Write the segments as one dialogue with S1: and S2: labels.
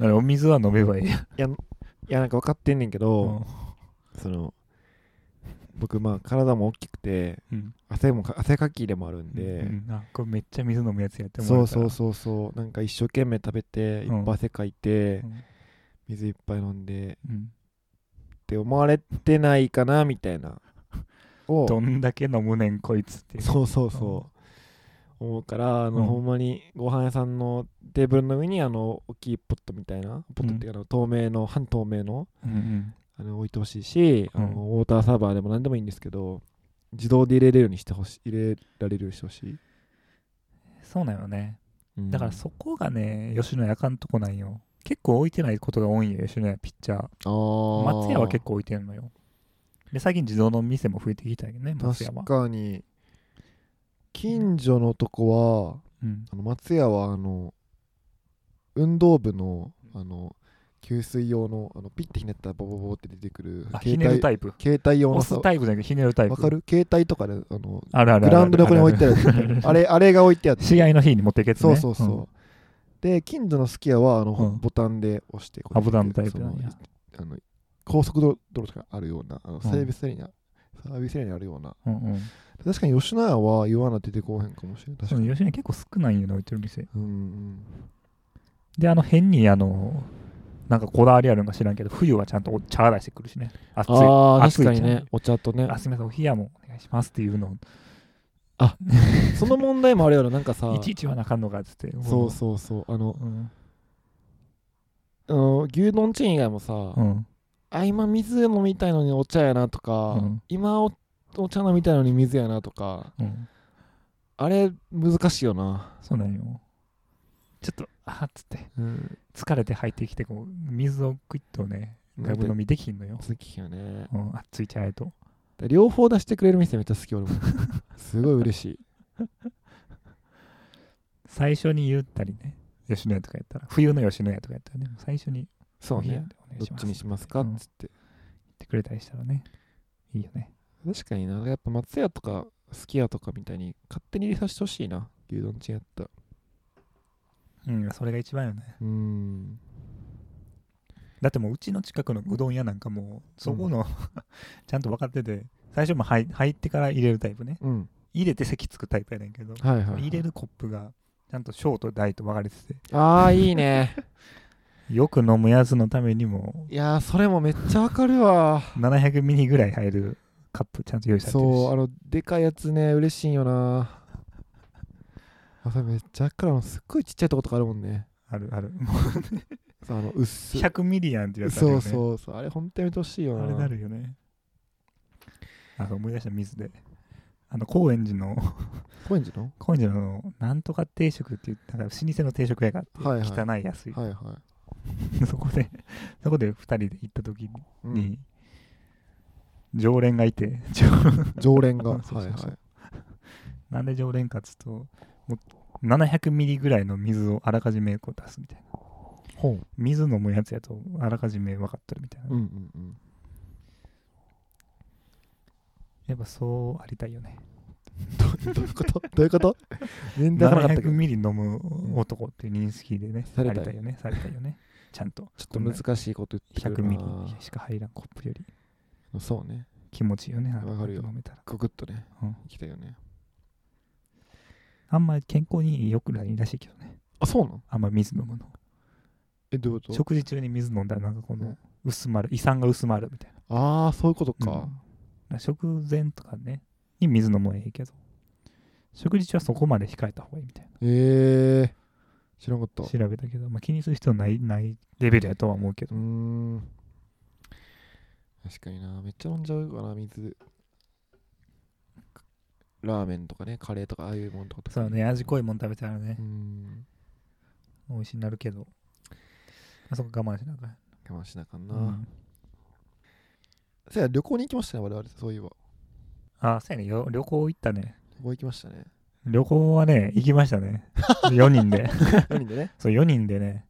S1: あれお水は飲めばいいや、
S2: いやいやなんか分かってんねんけど、
S1: うん
S2: その僕まあ体も大きくて
S1: うん
S2: 汗もか汗かきでもあるんで、
S1: うんあこれめっちゃ水飲むやつやってもらえ
S2: そう
S1: たら
S2: そうそうそうなんか一生懸命食べていっ
S1: うん
S2: ぱい汗かいて、
S1: うん
S2: 水いっぱい飲んで
S1: うん
S2: って思われてないかなみたいな を
S1: どんだけ飲むねんこいつって
S2: そうそうそう、思うからあの、
S1: うん
S2: ほんまにご飯屋さんのテーブルの上にあの大きいポットみたいなポットっていうかあの透明の半透明の
S1: うん
S2: あの置いてほしいし、
S1: うん
S2: あのウォーターサーバーでも何でもいいんですけど自動で入れるようにしてほしい入れられるようにしてほしい、
S1: うんそうなのね
S2: うん
S1: だからそこがね吉野家あかんとこなんよ結構置いてないことが多いんよ吉野家ピッチャー
S2: あー
S1: 松屋は結構置いてんのよで最近自動の店も増えてきたよね松屋は
S2: 確かに近所のとこは
S1: うん
S2: あの松屋はあの運動部のあの給水用のあのピッてひねったらボボボボって出てくる
S1: あひ
S2: 携
S1: ねる
S2: 帯
S1: タイプ
S2: 携帯用の
S1: 押
S2: さ
S1: すタイプじゃなくてひねるタイプ
S2: わかる携帯とかであの
S1: あるあるあるある
S2: グラウンドどこに置いてあるや つあれあれが置いてあって
S1: 試合の日に持っていけつ
S2: そ
S1: ね
S2: うそうそう、
S1: ん
S2: で近所のすき家はあの、
S1: うん
S2: ボタンで押してこ
S1: あボタンのタイプなん
S2: そ
S1: や
S2: のあの高速道路とかあるようなあの
S1: ん
S2: サービスエリア、サービスエリアにあるような
S1: うんうん
S2: 確かに吉野家は言わな出てこうへんかもしれない確
S1: そ
S2: か
S1: う
S2: に
S1: ね吉野家結構少ないんよね置いてる店
S2: うんうん
S1: であの変にあのなんかこだわりあるんか知らんけど冬はちゃんとお茶出してくるしね熱い
S2: ああ
S1: 熱い
S2: 確かに
S1: ちゃ
S2: ね
S1: んと
S2: お茶 とね
S1: あすみませんお冷やもお願いしますっていうの
S2: その問題もあるよなな んかさ
S1: をいちいちはなかんのかっつって
S2: そうそうそうあの
S1: うん
S2: あの牛丼チェーン以外もさ、
S1: うん
S2: あ今水飲みたいのにお茶やなとか、
S1: うん
S2: 今おお茶飲みたいのに水やなとか
S1: うん
S2: あれ難しいよな、
S1: そうなんよちょっとあっつって
S2: うん、
S1: 疲れて入ってきてこう水をクイッとね外部飲みできんのよ、
S2: 好きよね
S1: うん、熱い茶へと
S2: 両方出してくれる店めっちゃ好 き俺もすごい嬉しい
S1: 最初に言ったりね吉野家とかやったら冬の吉野家とかやったらね最初に
S2: そう
S1: お部屋
S2: ね
S1: でお願い
S2: どっ
S1: しま
S2: ち
S1: す
S2: にしますかっ
S1: うん
S2: つって、
S1: ってくれたりしたらねいいよね
S2: 確かになやっぱ松屋とかすき家とかみたいに勝手に入れさせてほしいな牛丼チェーンやったら
S1: うんそれが一番よね
S2: うーん
S1: だってもううちの近くのうどん屋なんかもうそこの、 ちゃんと分かってて最初も入入ってから入れるタイプね
S2: うん
S1: 入れて席つくタイプやねんけど、
S2: はいはいはい、
S1: 入れるコップがちゃんと小と大と分かれてて
S2: ああいいね
S1: よく飲むやつのためにも
S2: いやーそれもめっちゃわかるわ
S1: 700ミリぐらい入るカップちゃんと用意されてるし
S2: そうあのでかいやつね嬉しいんよなあそれめっちゃわかるあのすっごいちっちゃいとことかあるもんね
S1: あるある
S2: そうあの薄い
S1: 100ミリやんってやつあるよ
S2: そ
S1: ね
S2: うそうそうあれほんとやめてほしいよな
S1: あれなるよねあ思い出した水であの高円寺の
S2: 高円寺の
S1: 高円寺のなんとか定食っていうなんか老舗の定食屋があって、
S2: はいはい
S1: 汚い安い、
S2: はいはい。
S1: そこでそこで2人で行った時に、
S2: うん、
S1: 常連がいて 常
S2: 常連が。は
S1: そう
S2: い
S1: そうそ
S2: は。
S1: うなんで常連かっつうともう700ミリぐらいの水をあらかじめこう出すみたいない
S2: 本。
S1: 水飲むやつやとあらかじめ分かってるみたいな、
S2: うんうんうん。
S1: やっぱそうありたいよね
S2: どどういうことどういうこと全然わからなかったけ
S1: 700
S2: ど。
S1: ミリ飲む男っていう認識でね、
S2: され
S1: あ
S2: た
S1: り
S2: い
S1: たいよねされたいよねちゃんと
S2: ちょっと難しいこと言って
S1: 100
S2: くる
S1: ミ
S2: な
S1: リしか入らんコップより
S2: そうね。
S1: 気持ちいいよねあの
S2: わかるよ
S1: 飲めたら
S2: ググッとね
S1: うん。
S2: 来たよね。
S1: あんまり健康に良くないらしいけどね
S2: あ、そうなの
S1: あんま水飲むの
S2: え、どういうこと
S1: 食事中に水飲んだらなんかこ
S2: う
S1: の
S2: ん
S1: 薄まる胃酸が薄まるみたいな
S2: ああ、そういうこと
S1: うんだ
S2: か
S1: か。ら食前とかねに水飲むのはいいけど食事中はそこまで控えた方がいいみたい
S2: ええ。知らんかった。
S1: な
S2: う
S1: 調べたけど、まあ、気にする必要ないないレベルやとは思うけど
S2: ーん。確かにな。めっちゃ飲んじゃうかな、水。ラーメンとかね、カレーとか、ああいうもんとか。
S1: そう。ね味濃いもん食べたらね
S2: うーん。
S1: 美味しいなるけどあそこ我慢しなあかん
S2: 我慢しなあかん
S1: う
S2: な。
S1: ん
S2: そうや、旅行に行きましたね、我々。そういえば。
S1: あそうやねよ旅行行ったね
S2: 旅行行きまし たね。
S1: 旅行はね行きました ね4人で
S2: 4人でね、
S1: そう4人でね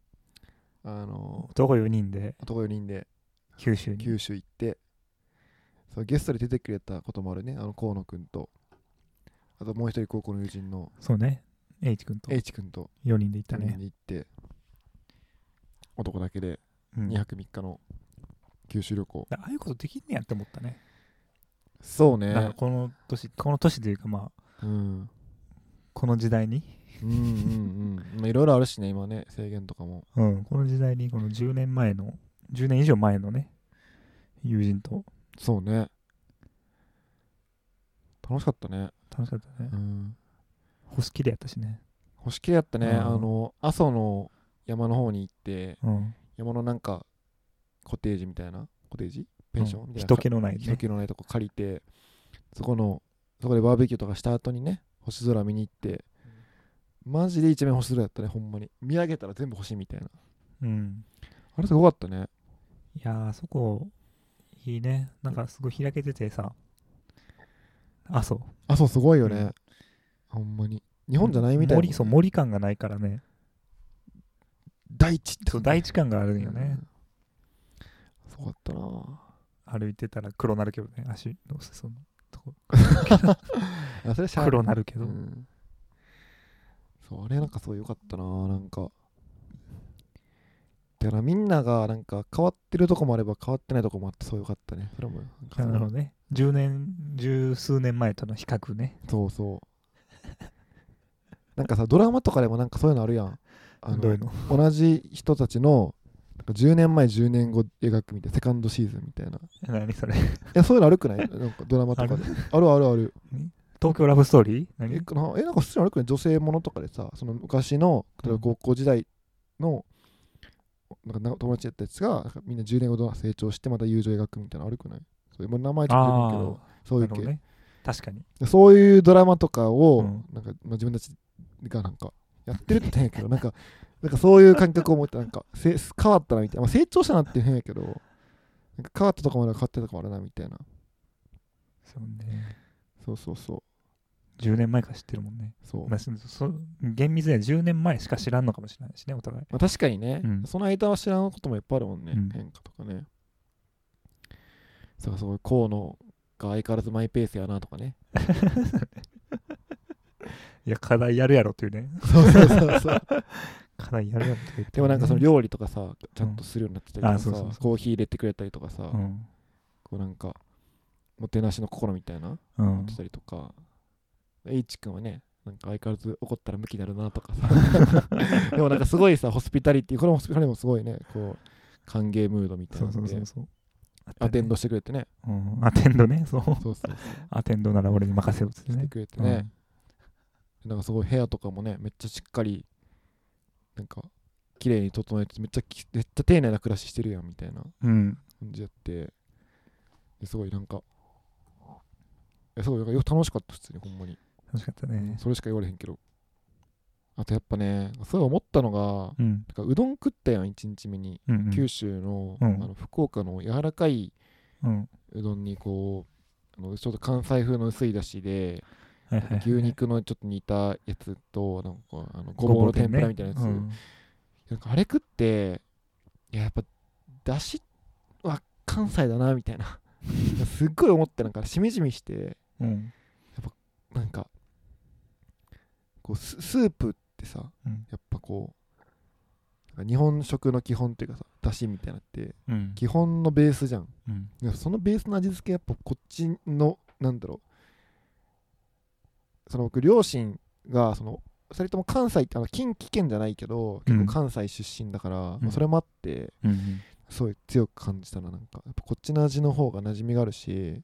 S2: あの
S1: 男4人で
S2: 男4人で
S1: 九州に
S2: 九州行って、そうゲストで出てくれたこともあるね、あの河野くんと、あともう一人高校の友人の
S1: そうね H 君と
S2: H くんと
S1: 4人で行った
S2: 4
S1: ね
S2: 人で行って、男だけで
S1: うん
S2: 2泊3日の九州旅行、
S1: だああいうことできんねやって思ったね。
S2: そう
S1: なんか
S2: ね
S1: この年、この年というかまあ、
S2: うん
S1: この時代に、
S2: うんうんうんまあいろいろあるしね今ね制限とかも
S1: うん、この時代に、この10年前の、10年以上前のね、友人と
S2: そうね楽しかったね
S1: 楽しかったね
S2: う。ん
S1: 星綺麗やったしね。
S2: 星きれやったね、
S1: うん
S2: あの阿蘇の山の方に行って
S1: うん。
S2: 山のなんかコテージみたいなコテージペンション、
S1: うん
S2: みたいな
S1: 人気のないね
S2: 人気のないとこ借りてそこのそこでバーベキューとかした後にね星空見に行ってマジで一面星空やったねほんまに見上げたら全部星みたいな
S1: うん。
S2: あれすごかったね
S1: いやー、そこ、いいね。なんかすごい開けててさ、あ、そう。
S2: あそうすごいよね、
S1: うん
S2: ほんまに日本じゃないみたいな、
S1: 森そう森感がないからね
S2: 大地って
S1: そう大地感があるんよね、
S2: うんすごかったな
S1: 歩いてたら黒なるけどね足のそのとこ
S2: あそれしゃあ
S1: 黒なるけど、
S2: うんそうあれなんかそうよかったななんかだからみんながなんか変わってるとこもあれば変わってないとこもあってそうよかったねそれもなんか
S1: なるほどね10年十数年前との比較ね
S2: そうそうなんかさドラマとかでもなんかそういうのあるやんあの
S1: どういうの
S2: 同じ人たちのなんか10年前10年後描くみたいなセカンドシーズンみたいない
S1: 何それ
S2: やそういうのあるくないなんかドラマとかであるあるある
S1: 東京ラブストーリー
S2: え
S1: 何
S2: なえなんか普通にあるくない女性ものとかでさその昔の例えば高校時代のなんかな友達やったやつがなんかみんな10年後どう成長してまた友情描くみたいなのあるくないそうもう名前ちょっと出てくるけどそう
S1: なるほ
S2: いう系
S1: どね確かに
S2: でそういうドラマとかを、
S1: うん
S2: なんかまあ自分たちがなんかやってるって変やけどなんかなんかそういう感覚を持ってなんかせ変わったなみたいな、まあ、成長したなっていう変やけどなんか変わったとこまで変わってたとこもあるなみたいな
S1: そうね
S2: そうそうそう
S1: 10年前から知ってるもんね、
S2: そう、
S1: まあ、そそ厳密には10年前しか知らんのかもしれないしねお互い
S2: まあ、確かにね、
S1: うん
S2: その間は知らんこともいっぱいあるもんね、
S1: うん
S2: 変化とかねそうそう河野が相変わらずマイペースやなとかね
S1: いや課題やるやろっていうね
S2: そうそうそうそう
S1: 課題やるやろっていう、
S2: でもなんかその料理とかさちゃんとするようになってたりとかさ、
S1: あそうそうそう
S2: コーヒー入れてくれたりとかさ、
S1: うん、
S2: こうなんかもてなしの心みたいな
S1: う
S2: や
S1: ん
S2: って、たりとか、H 君はねなんか相変わらず怒ったら向きになるなと かさでもなんかすごいさホスピタリティこれもホスピタリティもすごいねこう歓迎ムードみたい
S1: そ
S2: な
S1: うそ
S2: の
S1: う
S2: で
S1: そうそう
S2: アテンドしてくれてね
S1: うん、アテンドね、そう。
S2: そうそう
S1: アテンドなら俺に任せようっつって
S2: そうして
S1: ね。
S2: くれてね、なんかすごい部屋とかもねめっちゃしっかりなんか綺麗に整えてめっちゃきめっちゃ丁寧な暮らししてるやんみたいな
S1: うん。
S2: 感じやってですごいなんかえすごいなんかよ楽しかった普通にほんまに
S1: 楽しかったね。
S2: それしか言われへんけどあとやっぱねそう思ったのが
S1: うん。
S2: なんかうどん食ったやん1日目に、
S1: うん、うん。
S2: 九州の,、
S1: うん
S2: あの福岡の柔らかい
S1: うん。
S2: うどんにこうあのちょっと関西風の薄いだしで
S1: はいはいはい
S2: 牛。肉のちょっと似たやつとなんかあのごぼうの天ぷらみたいなやつ、
S1: うん
S2: なんかあれ食っていややっぱだしは関西だなみたいな すっごい思ってなんかしみじみして
S1: うん。
S2: なんかこうススープってさ
S1: うん。
S2: やっぱこうなんか日本食の基本っていうかさだしみたいなのって
S1: うん。
S2: 基本のベースじゃん
S1: うん。
S2: でそのベースの味付けやっぱこっちのなんだろうその僕両親がそのそれとも関西ってあの近畿圏じゃないけど
S1: うん
S2: 結構関西出身だから、まあ
S1: うん
S2: それもあって、
S1: うん。
S2: すごい強く感じたななんかやっぱこっちの味の方が馴染みがあるし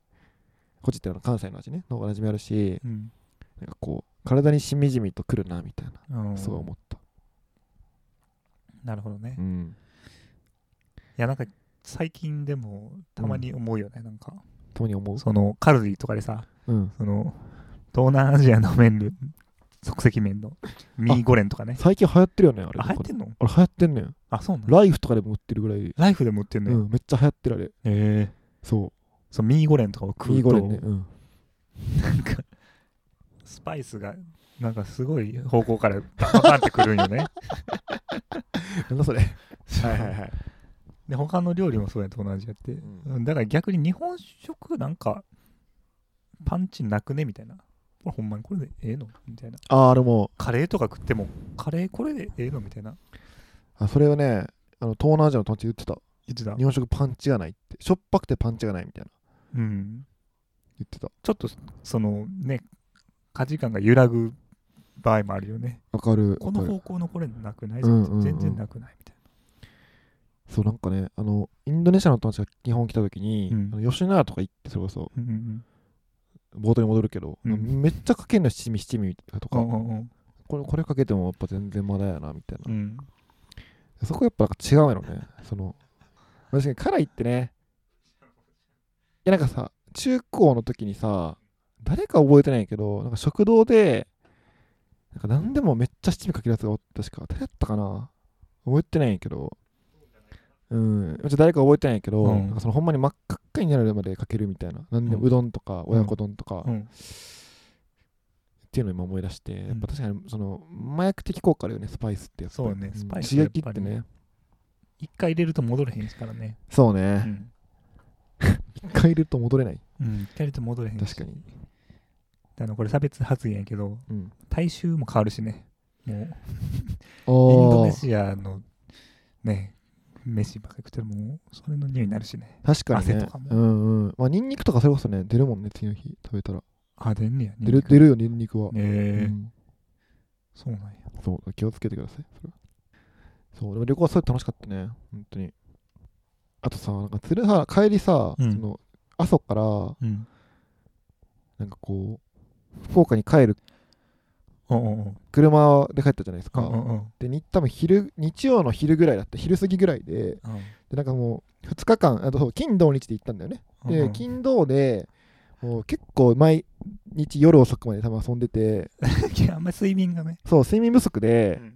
S2: こっちってあの関西の味ねの方が馴染みあるし
S1: うん。
S2: なんかこう体にしみじみとくるなみたいな、
S1: うん。
S2: そう思った、
S1: なるほどね。
S2: う
S1: い
S2: ん、
S1: や、なんか最近でもたまに思うよね、なんか。
S2: ともに思う
S1: そのカルディとかでさ、
S2: うん、
S1: その東南アジアの麺類、即席麺のミーゴレンとかね。
S2: 最近流行ってるよねあれ
S1: あ、流行ってんの
S2: あれ流行ってんねん
S1: あ、そうなの
S2: ライフとかでも売ってるぐらい、
S1: ライフでも売ってんの
S2: う
S1: よ。
S2: ん、めっちゃ流行ってるあれ
S1: ええ。
S2: そ
S1: そう、ミーゴレンとかを
S2: う
S1: 食
S2: ミ
S1: う
S2: ーゴ
S1: と
S2: レ。ンね、うん、
S1: なんか、スパイスが、なんかすごい方向からバカンってくるんよね。
S2: なんだそれはいはいはい
S1: で、他の料理もそうやと同じやって。
S2: う
S1: だから逆に日本食なんか、パンチなくねみたいな。これほんまにこれでええのみたいな。
S2: ああでも
S1: カレーとか食っても、カレーこれでええのみたいな。
S2: あそれをねあの東南アジアの友達言ってた
S1: 言ってた
S2: 日本食パンチがないってしょっぱくてパンチがないみたいな
S1: うん
S2: 言ってた
S1: ちょっとそのね価値観が揺らぐ場合もあるよね
S2: わかる
S1: こ
S2: わ
S1: の
S2: かる
S1: 方向のこれなくない、
S2: うんうんうん
S1: 全然なくないみたい
S2: そうなんかねあのインドネシアの友達が日本来た時に、
S1: うん
S2: あの吉野家とか行ってそれこそ
S1: な、うん
S2: 冒頭に戻るけど、
S1: うん
S2: めっちゃかけんの七味七味と
S1: う
S2: か、
S1: んうんうん
S2: これこれかけてもやっぱ全然まだやなみたいな
S1: う、ん
S2: そこやっぱなんか違うやろねその確かに辛いってねいやなんかさ中高の時にさ誰か覚えてないけどなんか食堂でなんか何でもめっちゃ七味かけるやつがおった確か誰やったかな覚えてないんやけどうんちょっと誰か覚えてないんやけど、
S1: うん
S2: なんかそのほんまに真っ赤っかになるまでかけるみたいな何でも
S1: うん
S2: うどんとか親子丼とか、
S1: う
S2: っ
S1: ん
S2: ていうのを今思い出して、やっぱ確かにその麻薬的効果あるよねスパイスってやっぱり
S1: そうねスパイス
S2: ん
S1: はやっ
S2: 刺激
S1: ぱ
S2: っ
S1: り
S2: てね
S1: 一回入れると戻れへんしからね、
S2: そう
S1: う
S2: ね
S1: ん
S2: 一、回入れると戻れない
S1: うん、一回入れると戻れへんし
S2: 確かに、
S1: あのこれ差別発言やけど
S2: うん、イン
S1: 体臭も変わるしねもうインド
S2: ド
S1: ネシアのね飯ばっかり食ってもうそれの匂いになるしね
S2: 確かにね
S1: 汗とかも
S2: うんうんまあニンニクとかそれこそね出るもんね次の日食べたら
S1: あ出んねや
S2: 出る
S1: ね
S2: 出るよニンニクは、
S1: え
S2: うん
S1: そうなんや
S2: そう気をつけてくださいそれはそうでも旅行はすごい楽しかったね本当にあとさなんか鶴原帰りさ、
S1: うん
S2: その阿蘇から
S1: うん
S2: なんかこう福岡に帰る
S1: おうおう
S2: 車で帰ったじゃないです
S1: お
S2: か、
S1: うおうおう
S2: でに多分昼日曜の昼ぐらいだった昼過ぎぐらいででなんかもう2日間あとそう金土日で行ったんだよね
S1: うんう
S2: で
S1: ん
S2: 金土でもう結構毎日夜遅くまで多分遊んでて
S1: いやあんまり睡眠がね
S2: そう睡眠不足で,、
S1: うん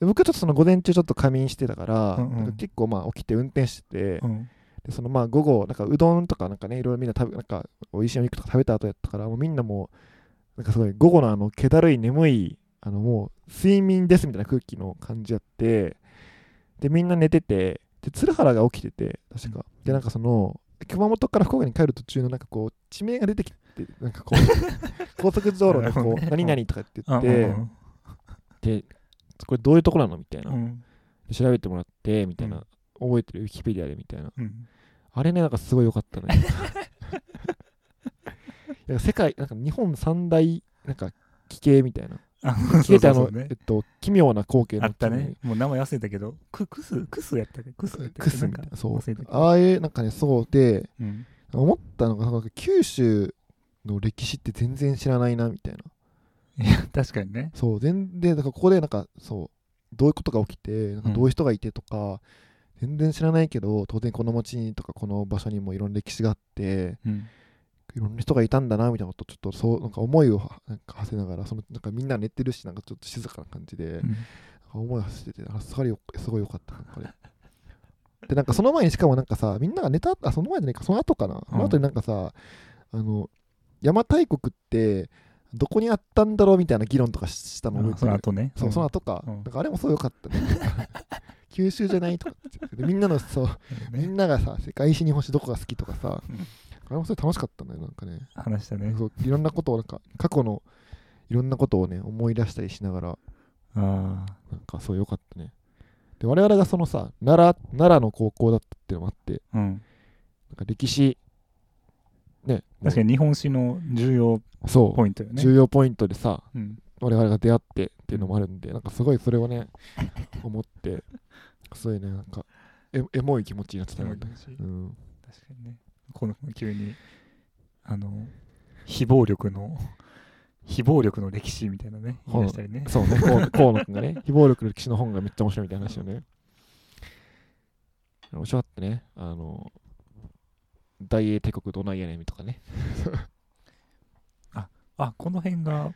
S2: で僕はちょっとその午前中ちょっと仮眠してたから、
S1: うんうん
S2: なんか結構まあ起きて運転してて、
S1: うん
S2: でそのまあ午後なんかうどんとかなんかねいろいろみんな食べなんか美味しいお肉とか食べた後やったからもうみんなもうなんかすごい午後のあの気だるい眠いあのもう睡眠ですみたいな空気の感じやってでみんな寝ててで鶴原が起きてて確か、でなんかその熊本から福岡に帰る途中のなんかこう地名が出てきてなんかこう 高速道路の
S1: なるほ
S2: こ
S1: ど
S2: う
S1: ね
S2: 何々とかって
S1: う
S2: 言
S1: ん
S2: っ
S1: う
S2: て、
S1: ん
S2: でこれどういうとこなのみたいな、
S1: うん
S2: で調べてもらってみたいな、
S1: うん
S2: 覚えてるウィキペディアでみたいな
S1: うん
S2: あれね、なんかすごい良かったね。 なんか世界、なんか日本三大、なんか、奇形みたいな。
S1: あ
S2: 奇形って あ
S1: そうそう、そう
S2: のえ
S1: ね
S2: っと、奇妙な光景の
S1: あったねもう名前忘れたけどククスクスやったっけクスやったっけ
S2: クスみ
S1: な
S2: た
S1: ん
S2: い
S1: か
S2: な。そう
S1: 忘れた。けど
S2: ああいう、なんかね、そうで、
S1: うん
S2: 思ったのが、なんか九州の歴史って全然知らないな、みたいな。
S1: いや 確かにね
S2: そう、全然、だからここで、なんか、そう、どういうことが起きて、なんかどういう人がいてとか、全然知らないけど、当然この町にとか、この場所にもいろんな歴史があって、
S1: うん
S2: いろんな人がいたんだなみたいなことをちょっとそうなんか思いをはなんか馳せながらそのなんかみんな寝てるしなんかちょっと静かな感じで、なんか
S1: うん
S2: 思いを馳せててあすごいよすごい良かったなんかあれでなんかその前にしかもなんかさみんなが寝たあその前じゃないかその後かな、その後になんかさあの邪馬台国ってどこにあったんだろうみたいな議論とかししたの覚え
S1: あ
S2: て
S1: その後
S2: る
S1: ね
S2: そう、その後か、
S1: うん
S2: なんかあれもすごい良かったね 九州じゃないとかって言ってでみんなのそう
S1: うん
S2: み
S1: ね
S2: んながさ世界史日本史どこが好きとかさ、
S1: うん
S2: あれもそれ楽しかったんだよなんかね
S1: 話したね
S2: そういろんなことをなんか過去のいろんなことをね思い出したりしながら
S1: ああ
S2: なんかそう良かったねで我々がそのさ奈良奈良の高校だったっていうのもあって
S1: うん
S2: なんか歴史ね
S1: 確かに日本史の重要
S2: そう、
S1: ポイントよね
S2: 重要ポイントでさ
S1: うん
S2: 我々が出会ってっていうのもあるんでなんかすごいそれ をね思ってすごいねなんかエエモい気持ちになってたよねうん
S1: 確かにねこの急にあの非暴力の 非暴力の歴史みたいなね言い出したりね
S2: そうね、河野河野君がね、 非暴力の歴史の本がめっちゃ面白いみたいな話をね。面白かったね。あの、大英帝国どないやねんとかね。
S1: あこの辺が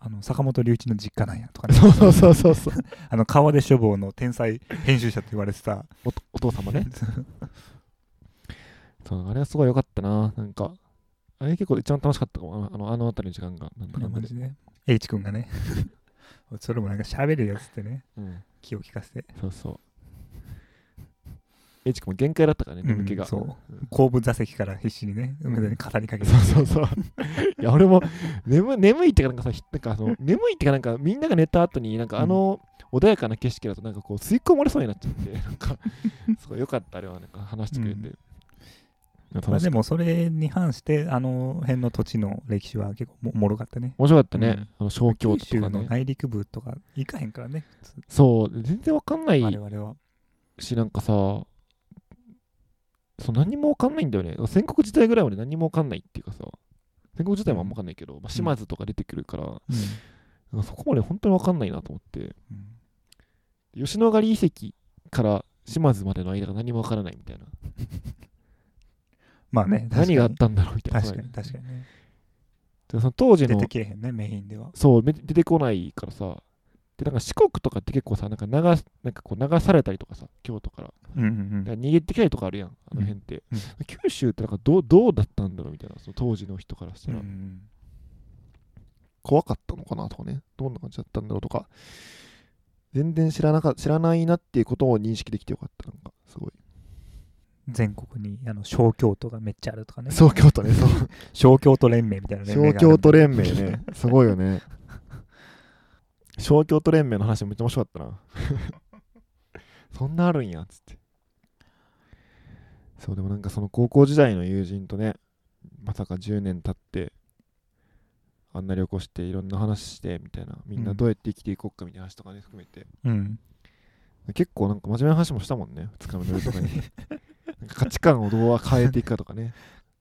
S1: あの坂本龍一の実家なんやとかね
S2: そうそうそうそうそう。
S1: あの川出書房の天才編集者って言われてた
S2: おお父 様ね。そう、あれはすごい良かったな。なんか、あれ結構一番楽しかったかも。あのあのあの辺りの時間が。なんだかんだ
S1: マ
S2: で
S1: ジ。で H 君がね それもなんか喋るやつってね
S2: うん、
S1: 気を利かせて
S2: そうそう。エイチ君も限界だったからね、
S1: うん
S2: 眠気が。
S1: そう後部座席から必死にね、梅田に語り かけて
S2: そうそうそう。いや、俺も眠眠いってか、なんかさ、ひなんかその眠いってか、なんかみんなが寝た後に、なんかあの穏やかな景色だと、なんかこう吸い込まれそうになっちゃって、なん か、すごいよかった、あれは、なんか話してくれて。
S1: うん
S2: い
S1: ま
S2: や楽
S1: あで
S2: しかった
S1: もそれに反してあの辺の土地の歴史は結構もおもろかったね。
S2: 面白かったね、
S1: うん
S2: あの小京
S1: 九
S2: 都と
S1: 州
S2: か
S1: の
S2: ね。
S1: 内陸部とか行かへんからね、
S2: そう、全然わかんない
S1: 我々は。
S2: し、なんかさ、そう何もわかんないんだよね。戦国時代ぐらいまで何もわかんないっていうかさ、戦国時代もあんまわかんないけど、まあ、島津とか出てくるから、
S1: うん
S2: なんかそこまで本当にわかんないなと思って。吉野ヶ里遺跡から島津までの間が何もわからないみたいな
S1: まあね、
S2: 何があっ
S1: 確
S2: たんだろうみたいな
S1: かに確かに確かにね。
S2: でその当時
S1: 出
S2: の
S1: てけえへんね、メインでは。
S2: そうめ出てこないからさでなんか四国とかって結構さなんか流なんかこう流されたりとかさ京都から
S1: うんう
S2: だ
S1: ん
S2: から逃げてきたりとかあるやんあの辺って、
S1: うん
S2: 九州ってなんかどうどうだったんだろうみたいなその当時の人からした
S1: う
S2: ら、
S1: ん。
S2: 怖かったのかなとかねどんな感じだったんだろうとか全然知らなか知らないなっていうことを認識できてよかったなんかす ごい
S1: 全国にあの小京都がめっちゃあるとかね。
S2: そう京都ねそう
S1: 小京都連盟みたいな連盟
S2: 小
S1: がある
S2: 京都連盟ね、 すごいよね。小京都連盟の話もめっちゃ面白かった な。そんなあるんや、つって。そう、でもなんかその高校時代の友人とね、まさか10年経って、あんな旅行していろんな話してみたいな、みんなどうやって生きていこうかみたいな話とかね、含めて。
S1: うん。
S2: 結構なんか真面目な話もしたもんね、2日目の夜 とかに。なんか価値観をどう変えていくかとかね。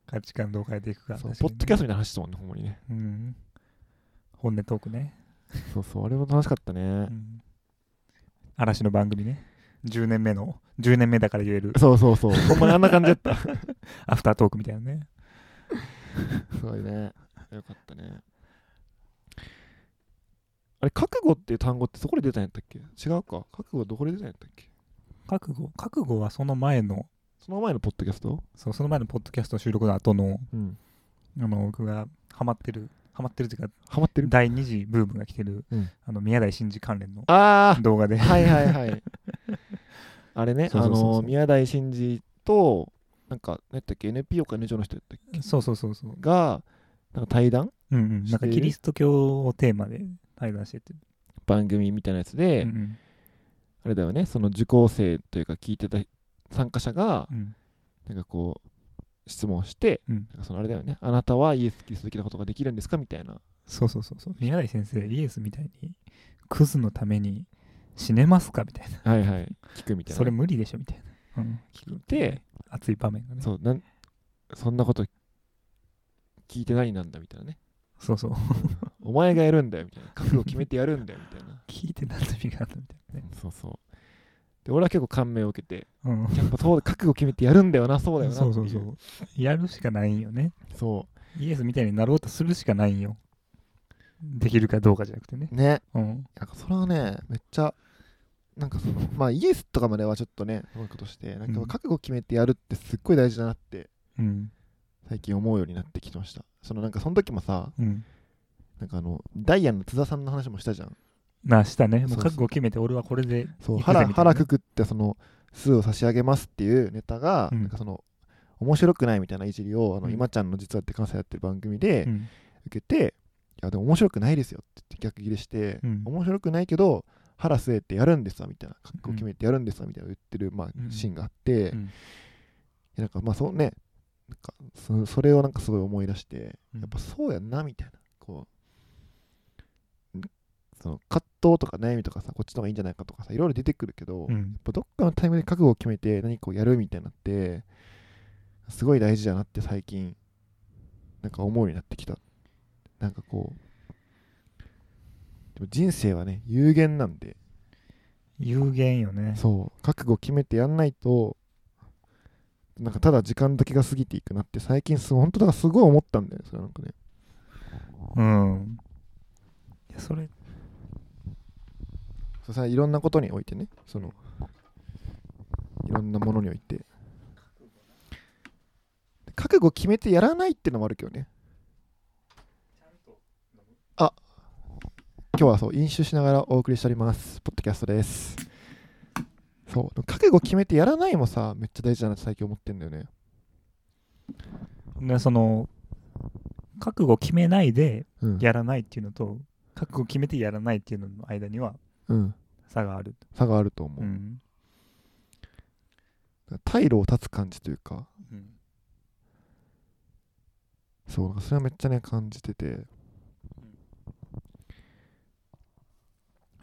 S1: 価値観どう変えていくか。
S2: そう
S1: 確かに
S2: ポッ
S1: ね
S2: ドキャストみたいな話したもんね、ほんまにね。
S1: うん。本音トークね。
S2: そうそう、あれも楽しかったね
S1: う。ん嵐の番組ね。10年目の、10年目だから言え る
S2: そうそうそう。ほんまにあんな感じだった。
S1: アフタートークみたいなね。
S2: すごいね。よかったね。あれ、覚悟っていう単語ってそこで出たんやったっけ違うか。覚悟はどこで出たんやったっけ
S1: 覚悟覚悟はその前の
S2: その前のポッドキャスト
S1: そうその前のポッドキャスト収録の後の
S2: うん。
S1: あの僕がハマってるハマってるというか
S2: ハマってる
S1: 第二次ブームが来てる、
S2: うん
S1: あの宮台真司関連の
S2: あ
S1: 動画で
S2: あはいはいはい。 あれね、
S1: そう
S2: あ
S1: そうそうそう
S2: の、宮台真司と、なんか、何やったっけ ?NPO か NGO の人やったっけ
S1: そうそうそうそう
S2: が、なんか対談
S1: うんうんなんかキリスト教をテーマで対談してて、
S2: 番組みたいなやつで、
S1: うん
S2: あれだよね、その受講生というか聞いてた参加者が、
S1: うんうん
S2: なんかこう質問して、
S1: うん
S2: なんかそのあれだよねあなたはイエス・キリスト的なことができるんですかみたいな
S1: そうそうそうそう宮台先生イエスみたいにクズのために死ねますかみたいな
S2: はいはい聞くみたいな
S1: それ無理でしょみたいな、うん、
S2: 聞い
S1: で
S2: て
S1: 熱い場面がね
S2: そうなんそんなこと聞いて何なんだみたいなね
S1: そうそう
S2: お前がやるんだよみたいな覚悟を決めてやるんだよみたいな
S1: 聞いて何の意味があったみたいなね、
S2: そうそうで俺は結構感銘を受けて
S1: うん、
S2: やっぱそうだ覚悟を決めてやるんだよなそうだよなって
S1: そ
S2: いうう
S1: そうそうやるしかないんよね
S2: そ
S1: イエスみたいになろうとするしかないんよできるかどうかじゃなくてね
S2: うね
S1: うん
S2: なんかそれはねめっちゃなんかそのまあイエスとかまではちょっとねそういうことしてなんか
S1: うん
S2: 覚悟を決めてやるってすっごい大事だなって
S1: うん
S2: 最近思うようになってきましたそのなんかその時もさ
S1: うん
S2: なんかあのダイアンの津田さんの話もしたじゃん
S1: なあしたね
S2: そ
S1: も
S2: う
S1: う
S2: そう
S1: 覚悟を決めて俺はこれで
S2: そ
S1: 行く
S2: う
S1: ぜ
S2: 腹
S1: みたいな
S2: 腹くくってその数を差し上げますっていうネタが、
S1: うん
S2: なんかその面白くないみたいないじりをあの、
S1: うん
S2: 今ちゃんの実はって関西やってる番組で
S1: うん
S2: 受けて、いやでも面白くないですよって言って逆ギレして、
S1: うん
S2: 面白くないけど腹据えてやるんですわみたいな覚悟を決めてやるんですわみたいな言ってる、まあ
S1: うん
S2: シーンがあって、
S1: うん
S2: なんかまあそうねなんかそそれをなんかすごい思い出して、
S1: うん
S2: やっぱそうやんなみたいなこうんその葛藤とか悩みとかさこっちの方がいいんじゃないかとかさいろいろ出てくるけど、
S1: う
S2: やっ
S1: ん
S2: ぱどっかのタイムで覚悟を決めて何かをやるみたいなってすごい大事だなって最近なんか思うようになってきたなんかこうでも人生はね有限なんで
S1: 有限よね
S2: そう覚悟を決めてやんないとなんかただ時間だけが過ぎていくなって最近す本当だからすごい思ったんだよねそれなんかね
S1: うんいやそれ
S2: そうさいろんなことにおいてねそのいろんなものにおいて覚悟を決めてやらないってのもあるけどねあ今日はそう飲酒しながらお送りしておりますポッドキャストですそうでも覚悟決めてやらないもさめっちゃ大事だなって最近思ってんだよね
S1: なその覚悟決めないで
S2: うん
S1: やらないっていうのと覚悟決めてやらないっていうのの間には
S2: うん
S1: 差がある、
S2: 差があると思う、
S1: うん
S2: 退路を断つ感じというか
S1: うん
S2: そうそれはめっちゃね感じてて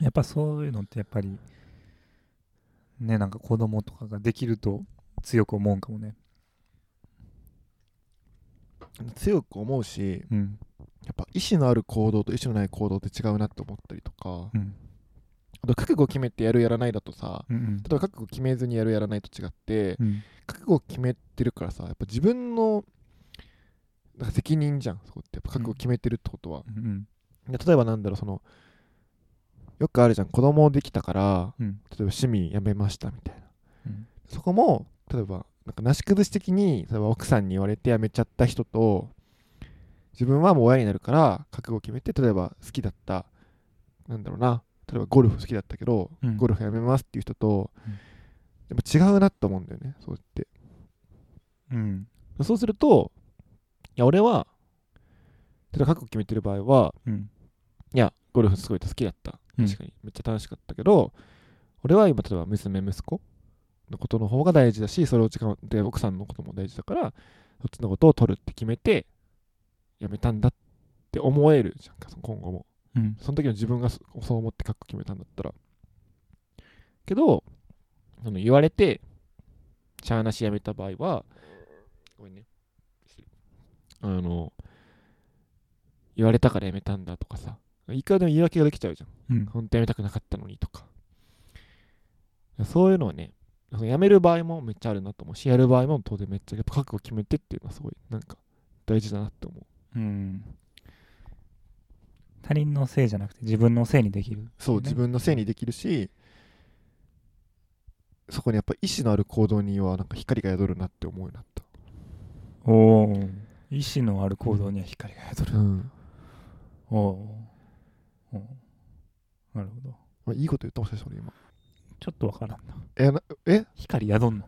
S1: やっぱそういうのってやっぱりねなんか子供とかができると強く思うんかもね
S2: 強く思うし
S1: うん
S2: やっぱ意思のある行動と意思のない行動って違うなって思ったりとか
S1: うん
S2: あと覚悟決めてやるやらないだとさ
S1: うん
S2: 例えば覚悟決めずにやるやらないと違って
S1: うん
S2: 覚悟決めてるからさやっぱ自分のなんか責任じゃんそこってやっぱ覚悟決めてるってことは、
S1: うん
S2: で例えばなんだろうそのよくあるじゃん子供できたから
S1: うん
S2: 例えば趣味やめましたみたいな
S1: うん
S2: そこも例えばなんかなし崩し的に例えば奥さんに言われて辞めちゃった人と自分はもう親になるから覚悟を決めて例えば好きだったなんだろうな例えばゴルフ好きだったけど、
S1: うん
S2: ゴルフやめますっていう人と、
S1: うん
S2: やっぱ違うなと思うんだよねそうやって
S1: うん
S2: そうするといや俺は例えば覚悟決めてる場合は
S1: うん
S2: いやゴルフすごい好きだった
S1: うん
S2: 確かにめっちゃ楽しかったけど、俺は今例えば娘息子のことの方が大事だしそれを時間をで奥さんのことも大事だからそっちのことを取るって決めてやめたんだって思えるじゃんかその今後も
S1: うん
S2: その時の自分がそそう思って覚悟決めたんだったらけどその言われてしゃあなしやめた場合はごめんねあの言われたからやめたんだとかさいくらでも言い訳ができちゃうじゃん
S1: うん
S2: 本当やめたくなかったのにとかそういうのはねそのやめる場合もめっちゃあるなと思うしやる場合も当然めっちゃやっぱ覚悟決めてっていうのはすごいなんか大事だなって思う
S1: うん他人のせいじゃなくて自分のせいにできる
S2: そう、
S1: ね
S2: 自分のせいにできるしそこにやっぱ意志のある行動にはなんか光が宿るなって思うようになっ
S1: おお意志のある行動には光が宿
S2: た、
S1: る、
S2: うん
S1: おーおーなるほど
S2: まあ、いいこと言ったもしかして俺今
S1: ちょっとわからんな
S2: えなえ
S1: 光宿んの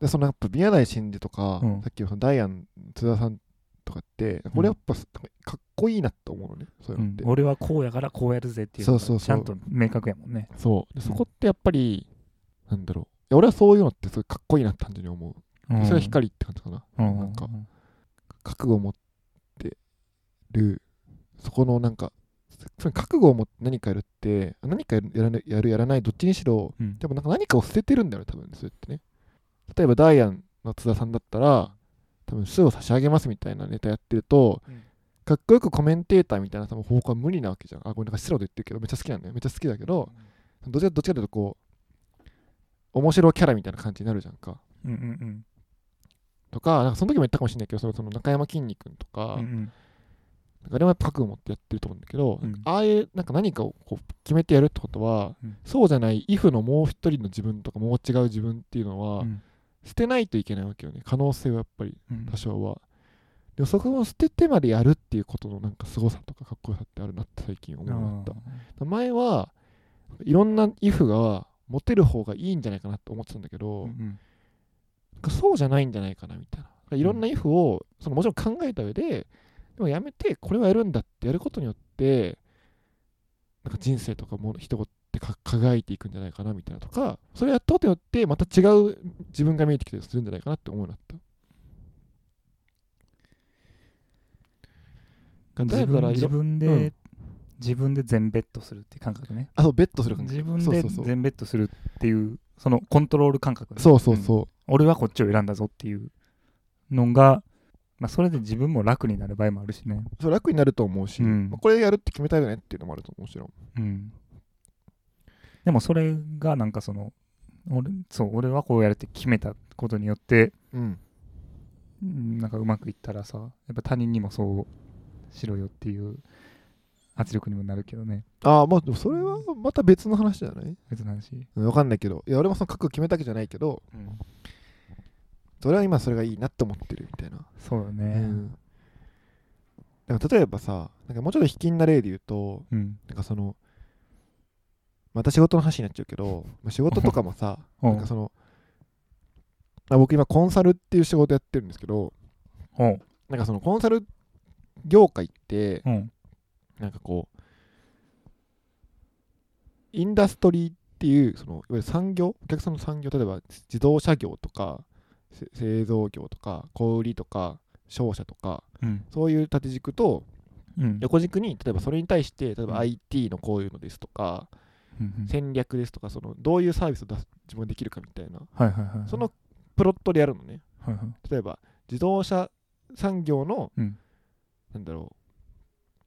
S2: でそのやっぱ宮台真司とか、
S1: うん
S2: さっきのそのダイアン津田さんとかってこれやっぱすなんかかっこいいなって思うのねそういう
S1: う
S2: のっ
S1: ん
S2: て、
S1: 俺はこうやからこうやるぜっていうのが
S2: そうそうそう
S1: ちゃんと明確やもんね
S2: そうで
S1: うん
S2: そこってやっぱり、なんだろういや俺はそういうのってすごいかっこいいなって単純に思う、それが光って感じかな
S1: うん
S2: なんか覚悟を持ってるそこのなんかその覚悟を持って何かやるって何かやるやらないやるやらないどっちにしろ
S1: うん
S2: でもなんか何かを捨ててるんだよね多分それってね例えばダイアンの津田さんだったら多分すを差し上げますみたいなネタやってると、
S1: うん
S2: かっこよくコメンテーターみたいな多分方向は無理なわけじゃんあこれなんか白で言ってるけどめっちゃ好きなんだよめっちゃ好きだけど、どっちかどっちかというとこう面白キャラみたいな感じになるじゃんか
S1: うんうん
S2: とかなんかその時も言ったかもしれないけどそのその中山きんに君と
S1: う
S2: か、
S1: んうん
S2: なんかあれもやっぱ覚悟持ってやってると思うんだけど、
S1: うん
S2: ああいうなんか何かをこう決めてやるってことは、
S1: うん
S2: そうじゃないイフのもう一人の自分とかもう違う自分っていうのは、
S1: うん
S2: 捨てないといけないわけよね可能性はやっぱり
S1: うん
S2: 多少は、でもそこを捨ててまでやるっていうことのなんか凄さとかかっこよさってあるなって最近思うようになった前はいろんなイフがモテる方がいいんじゃないかなって思ってたんだけど、
S1: うんうん
S2: なんかそうじゃないんじゃないかなみたいな。いろんな if を、そのもちろん考えた上で、でもやめて、これはやるんだってやることによって、なんか人生とかも人ってか輝いていくんじゃないかなみたいなとか、それやったことによって、また違う自分が見えてきたりするんじゃないかなって思うようになった。
S1: 自
S2: だから
S1: 分
S2: い
S1: 自
S2: ろ、
S1: 分
S2: う
S1: で
S2: ん
S1: 自分で全ベッドするっていう感覚ね
S2: あ、そう、ベットする感じ。
S1: 自分
S2: そう
S1: で
S2: そうそう
S1: 全ベッドするっていうそのコントロール感覚ね
S2: そうそうそう。
S1: 俺はこっちを選んだぞっていうのがまあそれで自分も楽になる場合もあるしね
S2: そう楽になると思うし、
S1: うん
S2: まあこれやるって決めたよねっていうのもあると思う、もちろん。
S1: うんでもそれがなんかその俺そう俺はこうやるって決めたことによって
S2: うん。
S1: うんなんかうまくいったらさやっぱ他人にもそうしろよっていう圧力にもなるけどね
S2: ああ、まあ、でもそれはまた別の話じゃない
S1: 別の話
S2: うんわかんないけど、いや、俺もその覚悟決めたわけじゃないけど、
S1: うん
S2: それは今それがいいなって思ってるみたいな。
S1: そうよ
S2: う
S1: ね
S2: んでも例えばさ、なんかもうちょっと卑近な例で言うと、
S1: うん
S2: なんかその、また仕事の話になっちゃうけど、まあ、仕事とかもさ
S1: うん
S2: なんかその、まあ、僕今コンサルっていう仕事やってるんですけど
S1: ほう
S2: なんかそのコンサル業界って
S1: うん
S2: なんかこうインダストリーっていうそのいわゆる産業お客さんの産業例えば自動車業とかせ製造業とか小売りとか商社とか
S1: うん
S2: そういう縦軸と
S1: うん
S2: 横軸に例えばそれに対して例え
S1: うん
S2: ば IT のこういうのですとか、
S1: うん
S2: 戦略ですとかそのどういうサービスを出す自分ができるかみたいな
S1: はいはいはいはい
S2: そのプロットでやるのね
S1: はいはい
S2: 例えば自動車産業の、
S1: うん
S2: なんだろう